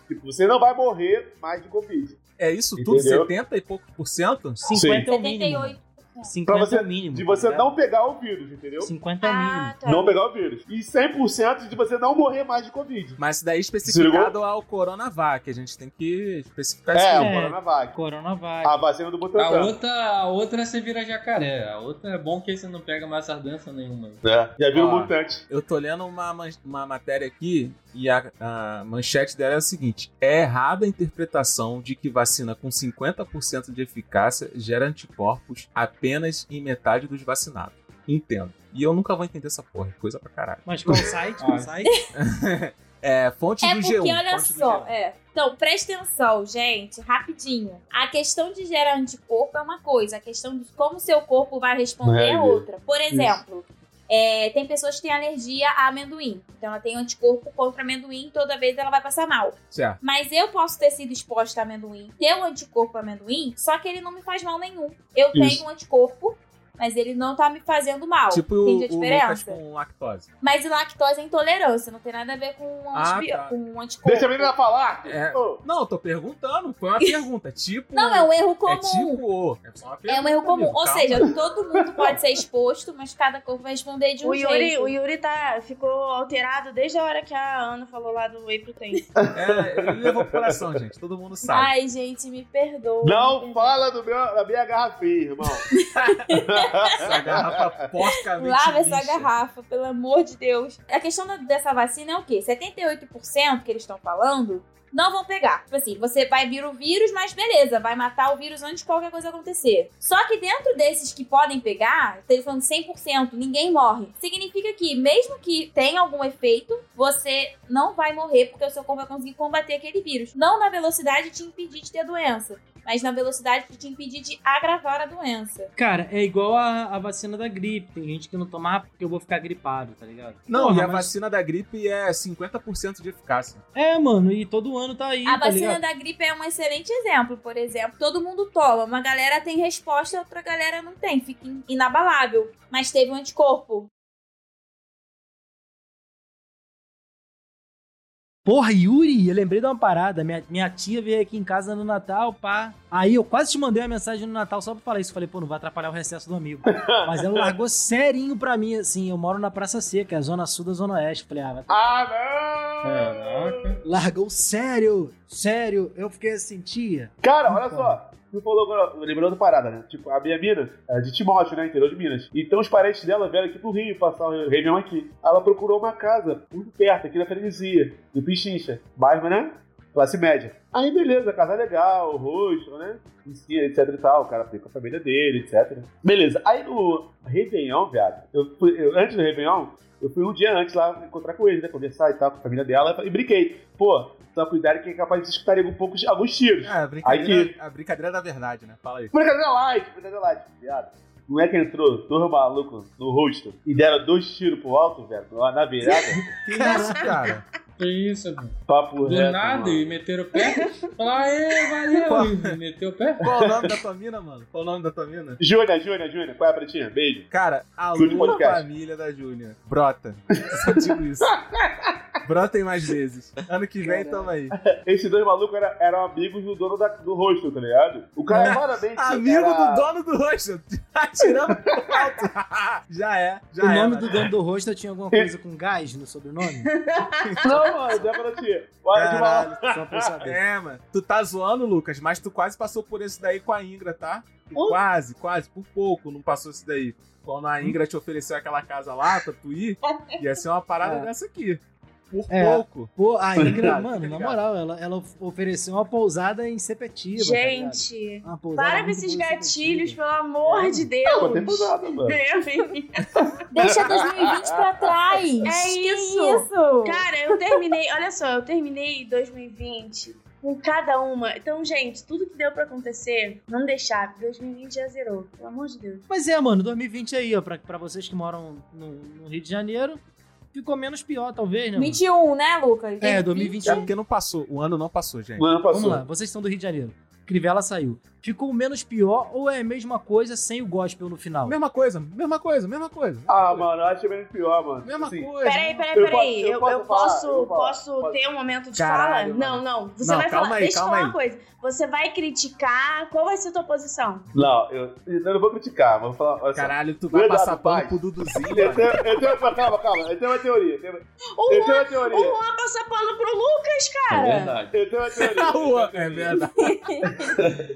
Tipo, você não vai morrer mais de Covid.
É isso tudo?
Entendeu?
70 e pouco por cento?
50 é o mínimo.
78.
50
Pra você-
é o mínimo.
De
tá
você
ligado?
não pegar o vírus, entendeu?
50 é o
Ah.
mínimo.
tá.
Não pegar o vírus. E 100% de você não morrer mais de Covid.
Mas isso daí é
Se
especificado ao Coronavac. A gente tem que especificar isso.
é,
aí.
o Coronavac.
Coronavac.
A vacina do
A
Butantan.
outra, a outra você vira jacaré. A outra é bom que você não pega mais essas danças nenhuma.
É, já viram
Ó.
o mutante.
Eu tô lendo uma, man- uma matéria aqui e a, a manchete dela é a seguinte: é errada a interpretação de que vacina com 50% de eficácia gera anticorpos apenas em metade dos vacinados. Entendo. E eu nunca vou entender essa porra, é coisa pra caralho.
Mas qual site? Qual
Ah.
site?
É, fonte
É
do
porque,
G1.
olha
fonte do
só,
G1.
é. Então, presta atenção, gente, rapidinho. A questão de gerar anticorpo é uma coisa, a questão de como seu corpo vai responder é
É,
outra. Por exemplo, é, tem pessoas que têm alergia a amendoim. Então, ela tem anticorpo contra amendoim, toda vez ela vai passar mal.
Certo.
Mas eu posso ter sido exposta a amendoim, ter um anticorpo a amendoim, só que ele não me faz mal nenhum. Eu
Isso.
tenho um anticorpo, mas ele não tá me fazendo mal.
Tipo o,
Entende a
o Lucas
diferença?
com lactose.
Mas e lactose é intolerância, não tem nada a ver com, um
Ah,
antibi-
tá.
com anticorpo.
Deixa a menina falar!
É.
Ô,
Não, eu tô perguntando. Foi uma pergunta. Tipo.
Não, é um erro comum.
É tipo o. É, só uma
É um
pergunta,
erro comum.
amigo,
Ou
calma.
seja, todo mundo pode ser exposto, mas cada corpo vai responder de um
O Yuri,
jeito.
o Yuri tá, ficou alterado desde a hora que a Ana falou lá do April Tem.
É, ele levou pro coração, gente. Todo mundo sabe.
Ai, gente, me perdoa. me
Não
perdoa.
fala do meu, da minha garrafinha, irmão.
Essa garrafa porcamente
Lava essa
lixa.
garrafa, pelo amor de Deus. A questão da- dessa vacina é o quê? 78% que eles estão falando não vão pegar. Tipo assim, você vai vir o vírus, mas beleza, vai matar o vírus antes de qualquer coisa acontecer. Só que dentro desses que podem pegar, ele falando 100%, ninguém morre. Significa que, mesmo que tenha algum efeito, você não vai morrer porque o seu corpo vai conseguir combater aquele vírus. Não na velocidade de te impedir de ter a doença, mas na velocidade de te impedir de agravar a doença.
Cara, é igual a, a vacina da gripe. Tem gente que não toma "Ah, porque eu vou ficar gripado, tá ligado?
Não,
Porra,
e a
mas-
vacina da gripe é 50% de eficácia.
É, mano, e todo ano tá aí,
A
tá
vacina
ligado?
da gripe é um excelente exemplo, por exemplo. Todo mundo toma, uma galera tem resposta, outra galera não tem, fica in- inabalável. Mas teve um anticorpo.
Porra, Yuri, eu lembrei de uma parada. Minha, minha tia veio aqui em casa no Natal, pá. Aí eu quase te mandei uma mensagem no Natal só pra falar isso. Falei, pô, não vai atrapalhar o recesso do amigo. Mas ela largou serinho pra mim, assim. Eu moro na Praça Seca, é zona sul da zona oeste. Falei, ah, vai...
Ah, não!
Caraca.
largou sério, sério. Eu fiquei assim, tia.
Cara, olha só. Você falou agora, lembrou da parada, né? Tipo, a minha mina é de Timóteo, né? Interior de Minas. Então os parentes dela vieram aqui pro Rio passar o Réveillon aqui. Ela procurou uma casa muito perto, aqui na freguesia, de Pichincha. Bairro, né? Classe média. Aí beleza, casa é legal, rosto, né? Piscina, etc e tal. O cara foi com a família dele, etc. Beleza. Aí no Réveillon, viado, eu fui- eu- antes do Réveillon, eu fui um dia antes lá encontrar com ele, né? Conversar e tal com a família dela e brinquei. Pô, só cuidado que é capaz de escutar um pouco, alguns tiros.
É, a
brincadeira-
brincadeira, da verdade, né? Fala aí.
Brincadeira light, brincadeira light, viado. Não é que entrou todo maluco no rosto e deram dois tiros pro alto, velho, na na virada?
Que isso, cara?
Que isso, mano.
Papo
Do
reto.
nada,
mano.
e meteram o pé. Falaram, aê, valeu. E meteu o pé.
Qual o nome da tua mina, mano? Qual o nome da tua mina?
Júlia, Júlia, Júlia, qual é a pretinha? Beijo.
Cara, a
Good
lua
podcast.
família da Júnior. Brota. Só digo isso. Brotem mais vezes. Ano que vem, tamo aí.
Esses dois malucos era- eram amigos do dono da- do rosto, tá ligado? O cara claramente.
É. Amigo
era-
do dono do rosto. Atirando pro alto. já é, já
o
é.
nome
mano.
do dono do rosto tinha alguma coisa com gás no sobrenome?
Não, mano, Débora Tia. Bora de
Caralho.
mal.
Só pra eu saber.
É, mano. Tu tá zoando, Lucas, mas tu quase passou por esse daí com a Ingra, tá? Tu
Oh.
Quase, quase, por pouco não passou esse daí. Quando a Ingra te ofereceu aquela casa lá pra tu ir, ia ser uma parada
É.
dessa aqui. Por
É.
pouco.
Pô, a Ingrid,
ligado,
mano,
tá
na
ligado.
moral, ela, ela ofereceu uma pousada em
é
Sepetiba. tá ligado?
Gente,
Uma pousada
para com
muito
esses
boa em
gatilhos,
Sepetiba.
pelo amor de
É. Pô, tem
Deus.
nada, mano.
É, enfim.
Deixa 2020 pra trás.
É
Que
isso.
isso?
Cara, eu terminei, olha só, eu terminei 2020 com cada uma. Então, gente, tudo que deu pra acontecer, não deixar. 2020 já zerou, pelo amor de Deus.
Mas é, mano, 2020 aí, ó, pra, pra vocês que moram no, no Rio de Janeiro, ficou menos pior, talvez, né? mano?
21, né, Lucas?
É,
um.
É
2021.
porque não passou, o ano não passou, gente.
Mano,
Vamos
passou.
lá, vocês são do Rio de Janeiro. Crivella saiu. Ficou menos pior ou é a mesma coisa sem o gospel no final?
Mesma coisa, mesma coisa, mesma coisa. mesma
Ah,
coisa.
mano, eu achei menos pior, mano.
Mesma
Assim,
coisa.
Peraí, peraí,
Eu
peraí.
posso- eu
Eu,
posso falar,
eu posso,
eu vou falar,
posso
pode.
ter um momento de
Caralho,
fala? Não, não. Você
Não,
vai
calma
falar.
aí,
Deixa eu
calma
falar
aí.
uma coisa. Você vai criticar. Qual vai ser a tua posição?
Não, eu, eu não vou criticar, mas vou falar. Olha só.
Caralho, tu vai
Cuidado,
passar pano
pai.
pro Duduzinho,
Eu
mano.
tenho, eu tenho, calma, calma, eu tenho uma teoria. Eu tenho,
O
eu tenho
Juan,
uma
o
teoria.
Juan passa pano pro Lucas,
É
cara.
verdade.
Eu tenho uma teoria.
É verdade.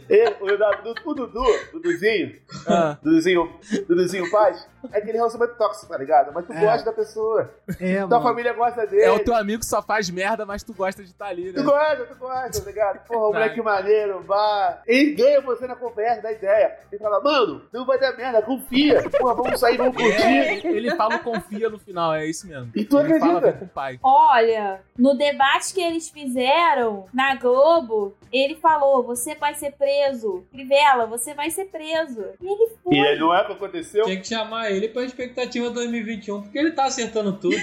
E, o, da- do, o Dudu, Duduzinho,
Ah.
Duduzinho, Duduzinho Paz, é aquele relacionamento tóxico, tá ligado? Mas tu
É.
gosta da pessoa,
É,
tua
mano.
família gosta dele.
É o teu amigo que só faz merda, mas tu gosta de estar ali,
Tu
né?
gosta, tu gosta, tá ligado? Porra, o
Vai.
moleque maneiro, vá. Ele ganha você na conversa, da ideia. Ele fala, mano, não vai dar merda, confia. Porra, vamos sair, vamos curtir.
É, ele fala o confia no final, é isso mesmo.
E tu
ele fala
acredita?
vem com o pai.
Olha, no debate que eles fizeram na Globo, ele falou: você vai ser preso. Crivella, você vai ser preso. E ele foi.
E aí, não é o que aconteceu?
Tinha que chamar ele pra expectativa 2021, porque ele tá acertando tudo.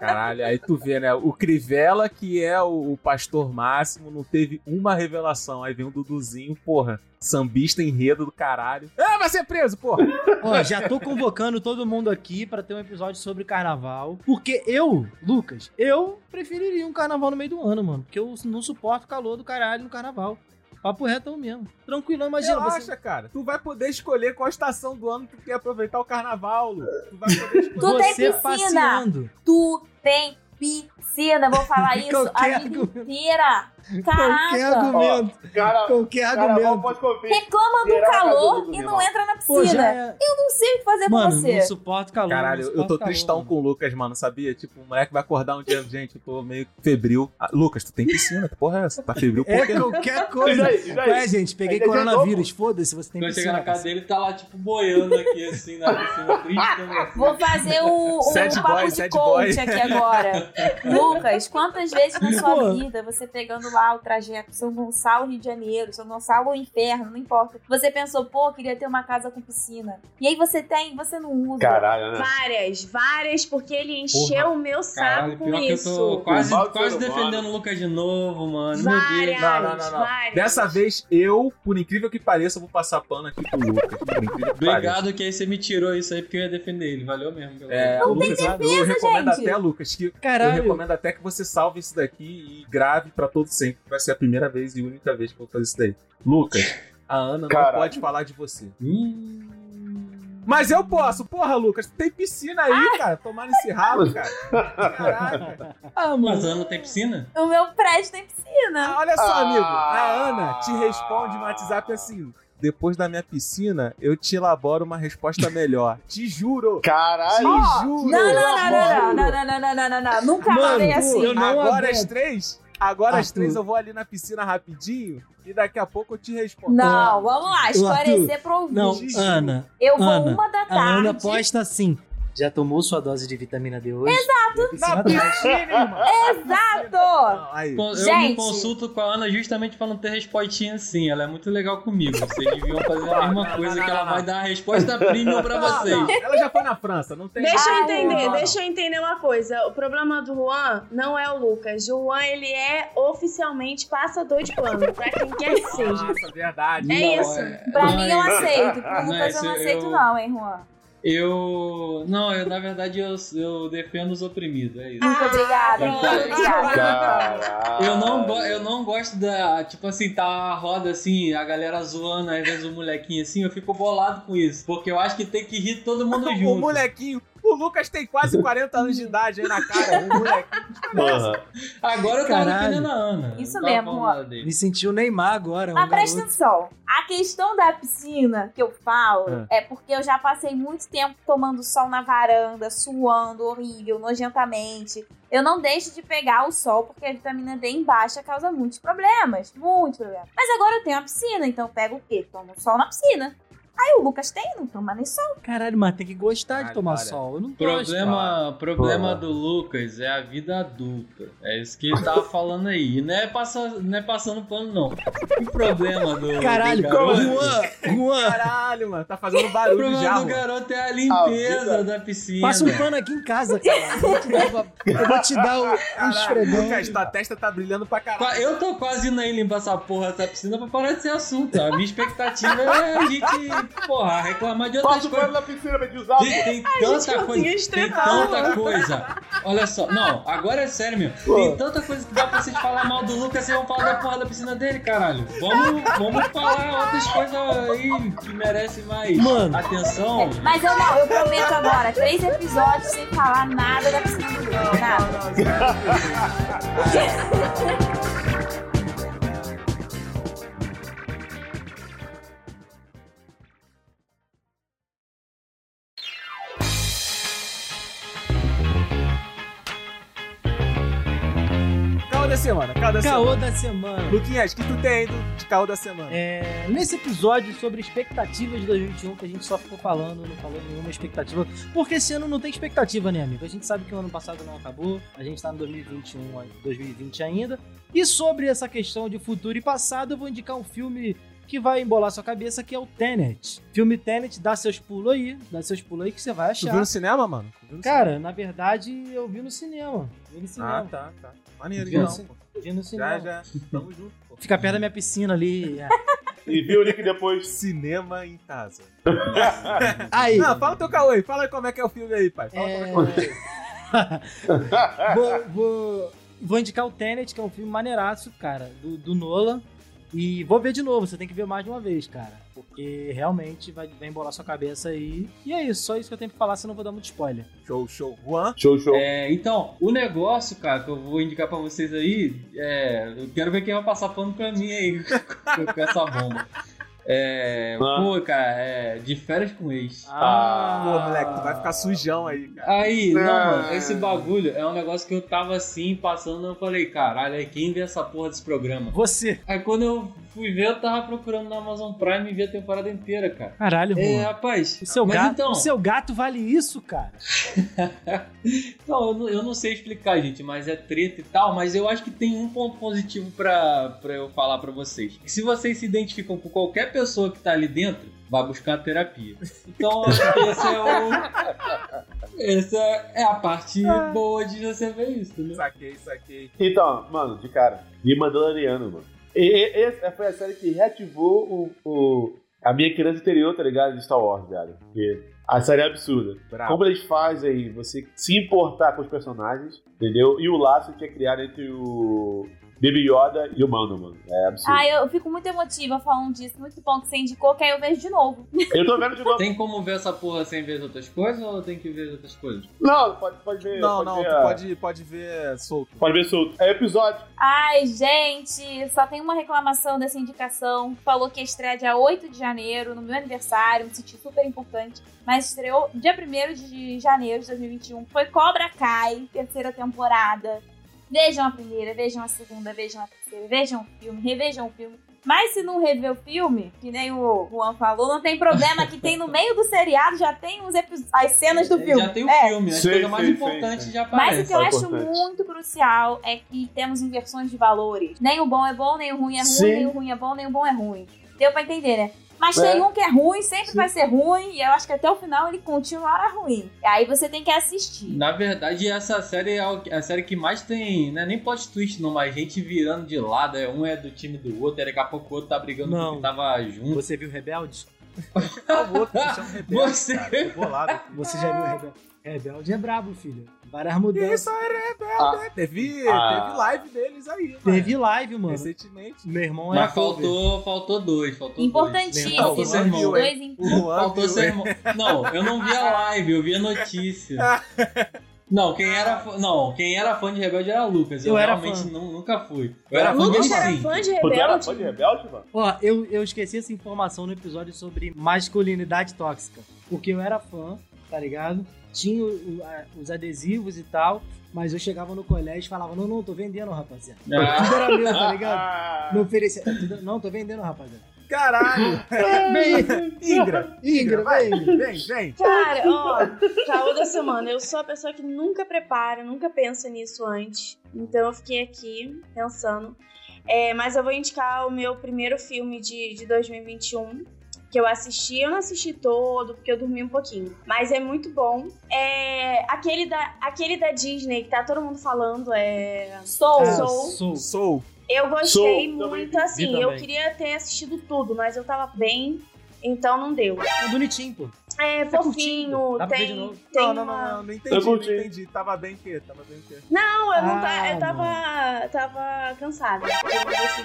Caralho, aí tu vê, né? O Crivella, que é o, o pastor máximo, não teve uma revelação. Aí vem o Duduzinho, porra, sambista enredo do caralho. Ah, vai ser preso, porra!
Ó, já tô convocando todo mundo aqui pra ter um episódio sobre carnaval. Porque eu, Lucas, eu preferiria um carnaval no meio do ano, mano. Porque eu não suporto o calor do caralho no carnaval. Papo retão mesmo. Tranquilão, imagina.
Relaxa,
Você,
cara. Tu vai poder escolher qual estação do ano tu quer aproveitar o carnaval, Lu. Tu vai poder escolher.
Tu tem
você
piscina.
passeando.
Tu tem piscina. Vou falar isso a
Qualquer
vida
argumento.
inteira.
Qualquer
Caraca.
argumento.
Cara,
Qualquer
cara, não
argumento.
pode conferir.
Reclama do
Geral
um calor
cagou
e
tudo,
não é
irmão.
entra na
Pô, já
piscina.
é...
Eu não sei o que fazer com
Mano,
você.
não suporto calor.
Caralho, eu tô tá um tristão com o Lucas, mano, sabia? Tipo, o moleque vai acordar um dia, gente, eu tô meio febril. Ah, Lucas, tu tem piscina, que porra é essa? Tá febril por
É
quê?
qualquer
E
coisa.
daí? E daí?
Ué, gente, peguei
é
Ainda
coronavírus. Foda-se, você tem
Quando
que
chega na casa dele, tá lá, tipo, boiando aqui, assim, na piscina, triste também. assim.
Vou fazer um, um
Sad
papo
boy,
de
sad
coach
boy.
aqui agora. Lucas, quantas vezes na
Pô.
sua vida você pegando lá o trajeto São Gonçalo, Rio de Janeiro, São Gonçalo ou Inferno, não importa. Você pensou, pô, queria ter uma casa com piscina. E aí você tem, você não usa.
Caralho,
É.
né?
Várias, várias, porque ele encheu o meu saco
Caralho,
com
pior que eu
isso.
tô quase,
O mal do
quase
ser humano.
defendendo o Lucas de novo, mano. Meu Deus.
Várias,
Não, não, não, não.
várias.
Dessa vez, eu, por incrível que pareça, eu vou passar pano aqui pro Lucas. Por incrível que pareça.
Obrigado que aí você me tirou isso aí, porque eu ia defender ele. Valeu mesmo. pelo
É,
Não
o
tem
Lucas, eu recomendo
gente.
até, Lucas, que
Caralho.
eu recomendo até que você salve isso daqui e grave pra todo sempre. que Vai ser a primeira vez e única vez que eu vou fazer isso daí. Lucas, a Ana
Caralho.
não pode falar de você.
Hum,
Mas eu posso, porra, Lucas, tem piscina aí, cara. Tomar nesse rabo, cara. Caraca.
Ah,
mas
mano.
a Ana tem piscina?
O meu prédio tem piscina.
Ah, Olha só,
Ah.
amigo. A Ana te responde no WhatsApp assim. Depois da minha piscina, eu te elaboro uma resposta melhor. Te juro.
Caralho.
Ó,
juro.
Não, não, não,
Juro.
não, não, não, não, não, não, não, não. Nunca
Mano,
falei assim.
eu não
agora
aguento.
às três, agora às
Arthur.
três eu vou ali na piscina rapidinho e daqui a pouco eu te respondo.
Não, vamos lá, esclarecer pro ouvinte.
Não, Ana.
eu vou
Ana,
uma da
A
tarde.
Ana posta assim. Já tomou sua dose de vitamina D hoje?
Na
Exato.
piscina, irmão.
Exato!
Não, aí.
Con- Eu
Gente.
me consulto com a Ana justamente pra não ter respostinha assim. Ela é muito legal comigo. Vocês deviam fazer a mesma coisa que ela vai dar a resposta premium pra vocês.
Ela já foi na França, não tem
Deixa eu
Ah,
entender,
não, não.
deixa eu entender uma coisa. O problema do Juan não é o Lucas. O Juan, ele é oficialmente passador de pano, pra quem quer que
assim.
seja.
Nossa, verdade.
É
Não,
isso.
Pra
não
mim
é
eu
isso.
aceito. Pro
Não,
Lucas eu
isso
não
eu-
aceito, não, hein, Juan?
Eu. Não, eu na verdade eu, eu defendo os oprimidos, é isso.
Ah,
Muito obrigada, muito
Então-
obrigada.
Caralho.
Eu não, go- eu não gosto da. Tipo assim, tá a roda assim, a galera zoando, às vezes o molequinho assim, eu fico bolado com isso. Porque eu acho que tem que rir todo mundo junto.
O molequinho, o Lucas tem quase 40 anos de idade aí na cara. O molequinho.
Porra.
Agora eu tava
Caralho.
defendendo a Ana.
Isso
Não tava
mesmo,
falando
ó.
nada dele.
Me sentiu Neymar agora. um
Mas Ah, presta
garoto.
atenção, a questão da piscina que eu falo é. porque eu já passei muito tempo tomando sol na varanda, suando horrível, nojentamente. Eu não deixo de pegar o sol porque a vitamina D em baixa causa muitos problemas, muitos problemas. Mas agora eu tenho a piscina, então eu pego o quê? Tomo sol na piscina. Aí o Lucas tem, não toma nem sol.
Caralho, mas tem que gostar de
Caralho,
tomar
olha.
sol. Eu não gosto.
Problema, problema
Porra.
do Lucas é a vida adulta. É isso que ele tava falando aí. E não é, passa, não é passando pano, não. O problema do.
Caralho,
do garoto,
Juan, Juan.
Caralho, mano. Tá fazendo
O
barulho já,
problema
mano.
do garoto é a
A
limpeza
vida-
da piscina.
Passa um pano aqui em casa, cara. Eu vou te dar- Eu vou te dar o, o
Caralho,
esfregão.
Lucas, tua testa tá brilhando pra caralho.
Qua- Eu tô quase indo aí limpar essa porra dessa piscina pra parar de ser assunto. A minha expectativa é a gente, porra, reclamar de outras
Passa o pano
coisas.
na piscina, vai de usar.
Tem, tem tanta coisa.
conseguiu
Tem
estrenar,
tanta coisa. Olha só. Não, agora é sério mesmo. Tem tanta coisa que dá pra vocês falar mal do Lucas e vão falar da porra da piscina dele, caralho. Vamos, vamos falar outras coisas aí que merecem mais
Mano.
atenção.
Mas eu não, eu prometo agora, três episódios sem falar nada da piscina do Lucas, nada.
Caô é da semana, caô da semana.
Caô da semana.
Luquinhas, o que tu tem indo de caô da semana?
É, nesse episódio sobre expectativas de 2021, que a gente só ficou falando, não falou nenhuma expectativa, porque esse ano não tem expectativa, né, amigo? A gente sabe que o ano passado não acabou, a gente tá no 2021, a- 2020 ainda. E sobre essa questão de futuro e passado, eu vou indicar um filme que vai embolar sua cabeça, que é o Tenet. Filme Tenet, dá seus pulos aí, dá seus pulos aí que você vai
tu viu
achar.
no cinema, mano? Tu viu no
Cara, na verdade, eu vi no cinema. Vi
cinema?
no cinema.
Ah, tá, tá. Maneiro,
Viu no
então.
cin-
pô.
Vi no cinema.
Já, já. Tamo junto, pô.
Fica perto da minha piscina ali. é.
E viu o link depois.
Cinema em casa.
Aí.
Não, fala o teu caô aí. Fala aí como é que é o filme aí, pai. Fala como é
É...
que é.
vou, vou, vou indicar o Tenet, que é um filme maneiraço, cara, do, do Nolan. E vou ver de novo, você tem que ver mais de uma vez, cara. Porque realmente vai, vai embolar sua cabeça aí. E é isso, só isso que eu tenho pra falar, senão eu vou dar muito spoiler.
Show, show. Juan?
Show, show.
É, então, o negócio, cara, que eu vou indicar pra vocês aí, é, eu quero ver quem vai passar pano pra mim aí com com essa bomba. É,
Ah.
pô, cara, é, de férias com ex.
Ah.
Tá. Pô, moleque, tu vai ficar sujão aí, cara.
Aí, não,
Ah.
mano, esse bagulho é um negócio que eu tava assim, passando, eu falei, caralho, é quem vê essa porra desse programa?
Você!
Aí quando eu fui ver, eu tava procurando na Amazon Prime e vi a temporada inteira, cara.
Caralho,
É,
Juan.
rapaz,
O seu,
mas
gato,
então,
o seu gato vale isso, cara?
Não, eu não, eu não sei explicar, gente, mas é treta e tal, mas eu acho que tem um ponto positivo pra, pra eu falar pra vocês. Que se vocês se identificam com qualquer pessoa que tá ali dentro, vai buscar terapia. Então, eu acho que esse é o... Essa é a parte
Ah.
boa de você ver isso, né?
Saquei, saquei.
Então, mano, de cara, The Mandaloriano, mano. E, e, essa foi a série que reativou o, o- a minha criança interior, tá ligado? De Star Wars, velho. Porque a série é absurda.
Bravo.
Como eles fazem você se importar com os personagens, entendeu? E o laço que é criado entre o Baby Yoda e o Mando, mano. É absurdo.
Ah, eu fico muito emotiva falando disso. Muito bom que você indicou, que aí eu vejo de novo.
Eu tô vendo de novo.
Tem como ver essa porra sem ver as outras coisas ou tem que ver as outras coisas?
Não, pode, pode ver.
Não,
pode
não,
ver,
tu
ah,
pode, pode ver solto.
Pode ver solto. É episódio.
Ai, gente, só tem uma reclamação dessa indicação. Falou que ia estrear dia 8 de janeiro, no meu aniversário, me senti super importante. Mas estreou dia 1 de janeiro de 2021. Foi Cobra Kai, terceira temporada. Vejam a primeira, vejam a segunda, vejam a terceira, vejam o filme, revejam o filme. Mas se não rever o filme, que nem o Juan falou, não tem problema, que tem no meio do seriado, já tem os epi- as cenas do filme.
Já tem o
É,
filme, as
Sei,
coisas mais
sei,
importantes
sei,
já
mas o
aparecem.
que eu
é
acho
importante.
muito crucial é que temos inversões de valores. Nem o bom é bom, nem o ruim é ruim,
Sim.
nem o ruim é bom, nem o bom é ruim. Deu pra entender, né? Mas
É.
tem um que é ruim, sempre
Sim.
vai ser ruim, e eu acho que até o final ele continuará ruim. E aí você tem que assistir.
Na verdade, essa série é a série que mais tem, né? Nem plot twist, não, mas gente virando de lado. é, Um é do time do outro, aí daqui a pouco o outro tá brigando com
Não.
o que tava junto.
Você viu Rebeldes?
O outro me chama rebelde.
Você.
Tô Bolado.
Você já viu Rebeldes? Rebelde é brabo, filho. Várias
Isso
mudanças.
é rebelde, né? Teve,
Ah.
teve live deles aí, mano.
Teve live, mano.
Recentemente.
Meu irmão é.
Mas faltou, faltou dois, faltou
Importantíssimo.
Faltou
Os
sermão.
dois em-
O Juan
dois. Faltou
viu, hein?
sermão. Não, eu não vi a live, eu vi a notícia. Não, quem era, fã- não, quem era fã de Rebelde era o Lucas. Eu,
Eu era
realmente
fã.
nu- nunca fui. Eu era fã assim. de
Lucas era
sim.
fã de
Pô, tu era
Rebelde?
fã de é Rebelde, mano?
Ó, eu, eu esqueci essa informação no episódio sobre masculinidade tóxica. Porque eu era fã, tá ligado? Tinha o- o- a- os adesivos e tal, mas eu chegava no colégio e falava: Não, não, tô vendendo, rapaziada.
Ah,
Tudo era meu, tá ligado?
Ah,
Não oferecia. tudo- Não, tô vendendo, rapaziada.
Caralho.
Vem,
Ingra. Ingra, vai. Vem, vem.
Cara, ó, caô da semana. Eu sou a pessoa que nunca prepara, nunca pensa nisso antes. Então eu fiquei aqui pensando. É, mas eu vou indicar o meu primeiro filme de, de 2021. Que eu assisti, eu não assisti todo, porque eu dormi um pouquinho. Mas é muito bom. É aquele da, aquele da Disney que tá todo mundo falando. É.
Soul.
Ah.
Soul.
sou.
Sou.
Eu gostei
Sou, também
muito,
vi
assim. Eu
também.
queria ter assistido tudo, mas eu tava bem, então não deu.
É bonitinho, pô.
É
Tá
fofinho,
curtindo? Dá pra ver
tem.
de novo?
tem
Não, não,
uma-
não, não, não
Eu
entendi, não
curti.
entendi. Tava bem o quê? Tava bem o quê?
Não, eu não tá,
Ah,
eu tava, tava cansada.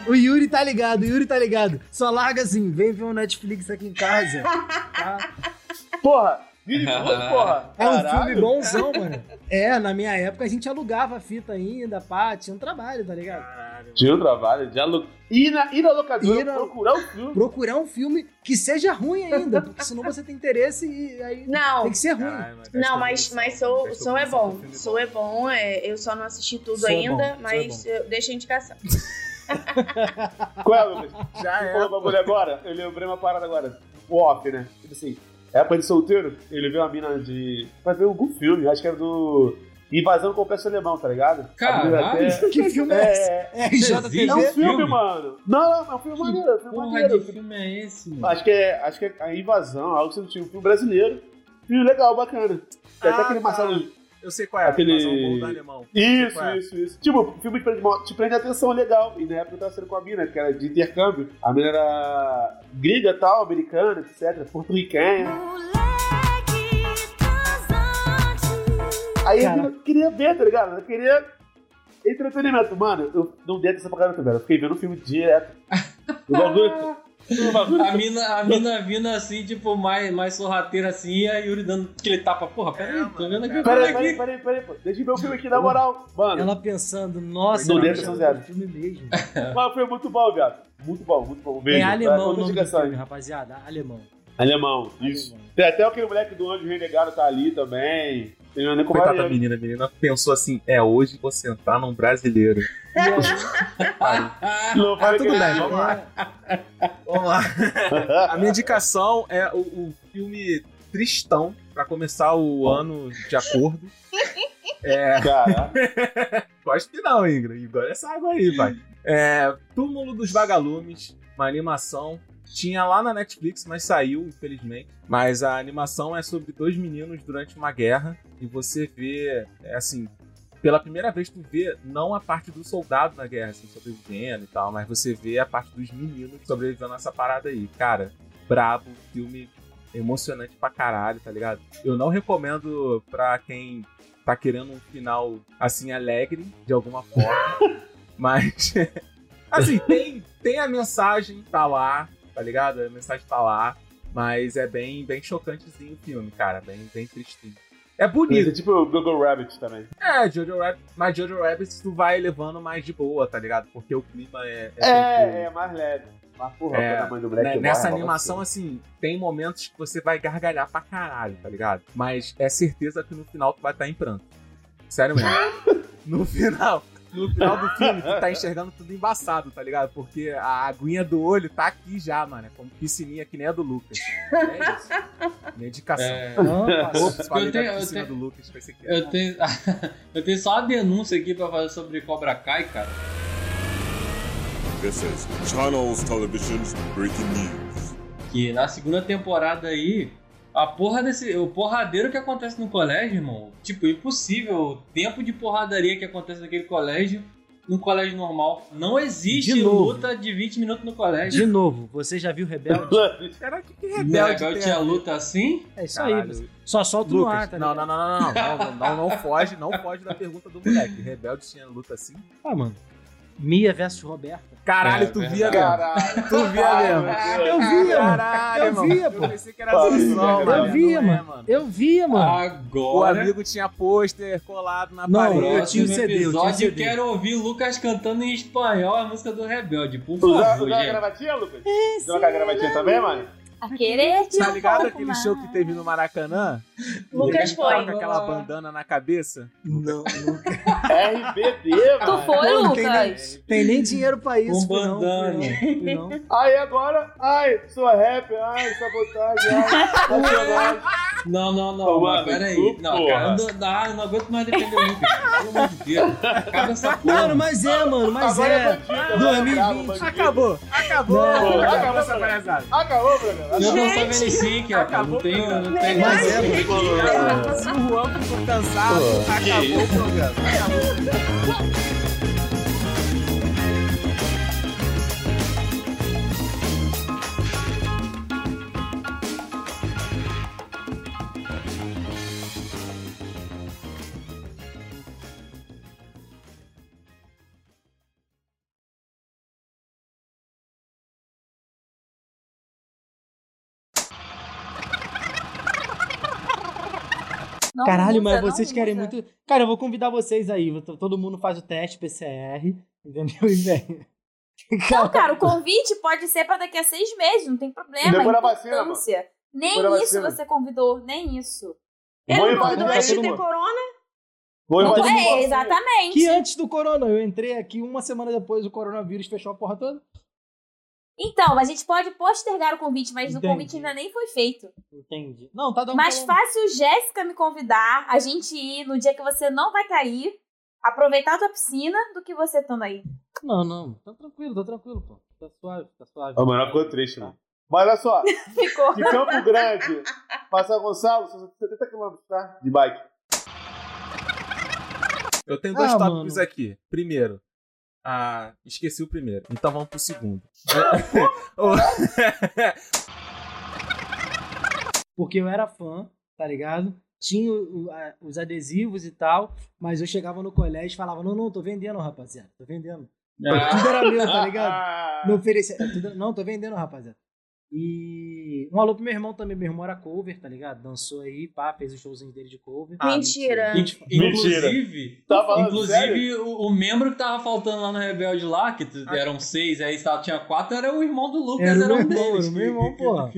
O Yuri tá ligado, o Yuri tá ligado. Só larga assim, vem ver um Netflix aqui em casa. Tá?
Porra! Vini, porra!
É um
Caralho.
filme bonzão, mano. É, na minha época a gente alugava a fita ainda, pá, tinha um trabalho, tá ligado?
Caralho.
Tinha um trabalho de alu... ir, na, ir na locadora
Ir na-
procurar o filme.
procurar um filme que seja ruim ainda, porque senão você tem interesse e aí
Não,
tem que ser ruim.
Caralho, mas é gastou
não, mas,
muito
mas
som,
Soul,
gastou
Soul é
muito som,
bom.
filme
Soul é bom, é, eu só não assisti tudo
Soul é
ainda,
bom, Soul é
mas eu- deixa a indicação.
Qual é, Lucas?
Já
Você
é.
falou um bagulho agora? Eu lembrei uma parada agora. O off, né? Tipo assim, época de solteiro, ele viu uma mina de. Vai ver algum filme, acho que era do. Invasão com o Peço Alemão, tá ligado? A
Caralho.
mina até-
Que filme é esse?
É,
É
existe?
é um
RJTV?
filme,
Filme?
mano. Não, não, é um filme maneiro, é um filme
porra de
maneiro.
filme é esse, mano?
Acho que é, acho que é a invasão, algo sentido, um filme brasileiro. Filme legal, bacana. Tem até
Ah,
aquele
tá.
Marcelo.
Eu sei qual é.
Aquele-
Mas é um bom do alemão.
Isso,
qual é.
isso, isso. Tipo, filme te prende, te prende atenção, é legal. E na época eu tava sendo com a mina, que era de intercâmbio. A mina era gringa tal, americana, etc. Porto-riquenha. Aí
Cara.
eu queria ver, tá ligado? Eu queria entretenimento. Mano, eu não dei atenção pra garota, velho. Eu fiquei vendo o filme direto. O bagulho. O bagulho.
A mina, a mina vindo assim, tipo, mais, mais sorrateira assim, e a Yuri dando aquele tapa. Porra, peraí, tô vendo aqui, tô
É, Peraí,
vendo
peraí,
aqui.
peraí, peraí, pô. Deixa eu ver o filme aqui, na moral. Mano,
Ela pensando, nossa,
Não
eu
deu
tô
pra
vendo
fazer.
o filme mesmo.
mas foi muito bom, viado. Muito bom, muito bom. Beijo.
é alemão o
Tá?
nome do
Contraindicações.
filme, rapaziada. Alemão.
Alemão, isso.
Alemão.
Tem até aquele moleque do Anjo Renegado tá ali também. Tem o Nico
Coitada da
Mariano.
menina, a menina pensou assim: é hoje vou sentar num brasileiro.
Não,
Ah,
fala
tudo
que-
bem, vamos lá. Vamos lá. A minha indicação é o, o filme Tristão, pra começar o ano de acordo. É,
Caraca.
gosto que não, Ingra. Agora essa água aí, vai. É, Túmulo dos Vagalumes, uma animação. Tinha lá na Netflix, mas saiu, infelizmente. Mas a animação é sobre dois meninos durante uma guerra. E você vê, é assim, pela primeira vez tu vê não a parte do soldado na guerra, assim, sobrevivendo e tal, mas você vê a parte dos meninos sobrevivendo a essa parada aí. Cara, brabo, filme emocionante pra caralho, tá ligado? Eu não recomendo pra quem tá querendo um final, assim, alegre, de alguma forma, mas, assim, tem, tem a mensagem, tá lá, tá ligado? A mensagem tá lá, mas é bem, bem chocantezinho o filme, cara, bem, bem tristinho. É bonito,
Isso, é tipo o Google Rabbit também.
é, Jojo Rabbit, mas Jojo Rabbit tu vai levando mais de boa, tá ligado? Porque o clima é.
É,
sempre-
é mais leve. Mas porra,
É,
quando a mãe do moleque
né,
morre,
Nessa
rola
animação, assim, tem momentos que você vai gargalhar pra caralho, tá ligado? Mas é certeza que no final tu vai estar em pranto. Sério mesmo. no final. No final do filme, tu tá enxergando tudo embaçado, tá ligado? Porque a aguinha do olho tá aqui já, mano. É como piscininha que nem a do Lucas. É isso. Minha indicação.
É,
Ops, falei
Eu tenho-
da
eu
piscina
tenho-
do Lucas, pensei que
eu tenho, eu tenho só uma denúncia aqui pra fazer sobre Cobra Kai, cara.
This is Channels Television's breaking news.
Que na segunda temporada aí, a porra desse. O porradeiro que acontece no colégio, irmão. Tipo, impossível. O tempo de porradaria que acontece naquele colégio, num colégio normal. Não existe
De novo.
luta de 20 minutos no colégio.
De novo, você já viu
é
Rebelde?
foda.
Cara, que, que
Né,
rebelde.
Agora
tem
tinha
a-
luta assim?
É isso aí.
Caralho.
você- Só solta no ar,
Lucas,
tá
não,
ligado?
não, não, não, não, não, não, não, foge, não foge da pergunta do moleque. Rebelde tinha luta assim.
Ah, mano. Mia versus Roberta.
Caralho,
É,
tu
verdade.
via mesmo.
Caralho.
Tu via mesmo. É um
Ai,
Eu
meu Deus.
via, mano.
Caralho,
Eu via,
mano.
pô.
Eu pensei que era solução,
Eu
mano. Não
via,
é,
mano. Eu via, mano.
O
Agora.
amigo tinha pôster colado na
Não,
parede.
eu tinha o
Próximo
CD, eu tinha o
episódio,
CD.
quero ouvir Lucas cantando em espanhol a música do Rebelde, por
Tu usava
favor,
usava a
gente.
gravatinha, Lucas? Tu usava a gravatinha também, mano?
A querer te
Tá
um
ligado
pouco
aquele
mais.
show que teve no Maracanã?
Lucas
Ele
foi.
tava Com aquela bandana na cabeça?
Não, não
RBD,
Tu
mano.
foi,
Mano, quem
Lucas?
tem nem dinheiro pra isso.
Com
fui não, fui não,
bandana.
fui não.
Aí agora, ai, sua rap, ai, sabotagem, ai, sacanagem.
Não, não, não,
Ô,
mas
mano,
peraí.
tu,
Não,
porra.
cara, eu não, não, eu não aguento mais defender o Lucas. Pelo amor de Deus. Acaba essa porra.
Mano, mas é, mano, mas
Agora
é.
bandido, agora é bravo,
2020.
bandido.
Acabou, acabou.
Não,
acabou
acabou,
essa
mano.
palhaçada.
Acabou, Bragão.
Eu não sou Venicinho, cara. Não
Acabou
tenho.
o
Não tenho
Mas é, mano.
Se o Juan ficou cansado, acabou o programa. Acabou.
Não
é? Caralho,
muda,
mas
não
vocês querem
muda.
muito. Cara, eu vou convidar vocês aí. vou- Todo mundo faz o teste PCR, entendeu? E vem.
Não, cara, o convite pode ser pra daqui a seis meses, não tem problema.
Depois da
a
vacina, mano.
importância. Nem
Depois da
isso
vacina.
você convidou, nem isso.
Ele
Vou
não convidou
invadir
antes de
todo
ter
mundo.
corona?
Vou
Não
invadir
é,
o
exatamente.
Que antes do corona, eu entrei aqui uma semana depois do coronavírus fechou a porra toda.
Então, a gente pode postergar o convite, mas o
Entendi.
convite ainda nem foi feito.
Entendi. Não, Então, tá dando.
Mais
pra-
fácil Jéssica me convidar, a gente ir no dia que você não vai cair, aproveitar a tua piscina, do que você estando aí.
Não, não. Tá tranquilo, tá tranquilo, pô. Tá suave, tá suave.
Ô, mano, ficou triste, mano. Mas olha só, de
Ficou.
Campo Grande, Passar Gonçalo, são 70 km, tá? De bike.
Eu tenho dois
Ah,
tópicos
mano.
aqui. Primeiro, ah, esqueci o primeiro. Então vamos pro segundo. O-
Porque eu era fã, tá ligado? Tinha o- o- a- os adesivos e tal, mas eu chegava no colégio e falava: Não, não, tô vendendo, rapaziada, tô vendendo.
Ah,
Tudo era meu, tá ligado?
Ah,
Não oferecer. tô dando- Não, tô vendendo, rapaziada. E um alô pro meu irmão também. Meu irmão era cover, tá ligado? Dançou aí, pá, fez os showzinhos dele de cover.
Ah, Mentira.
mentira. Inclusive,
Tá falando
inclusive
sério? Ah.
o, o membro que tava faltando lá no Rebelde lá, que t- eram seis, aí só tinha quatro, era o irmão do Lucas,
Era
era,
o meu
um
irmão,
deles.
era o meu irmão, porra.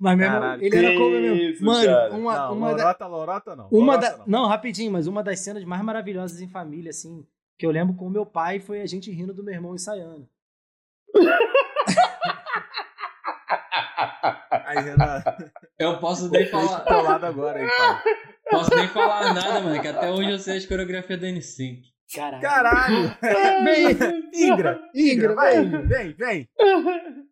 Mas meu irmão,
Caralho,
ele era cover
isso,
mesmo. Mano,
cara.
uma,
não,
uma da-
lorota, lorota não.
Uma
lorota
da...
não.
não. rapidinho, mas uma das cenas mais maravilhosas em família, assim, que eu lembro com o meu pai foi a gente rindo do meu irmão ensaiando.
Aí, Renan,
Eu posso nem
fez
falar,
pelado agora aí, pai.
posso nem falar nada, mano, que até hoje eu sei as coreografias da N5.
Caralho.
Caralho!
Bem,
Ingra, Ingra,
Ingra,
vai,
vai.
vem, vem.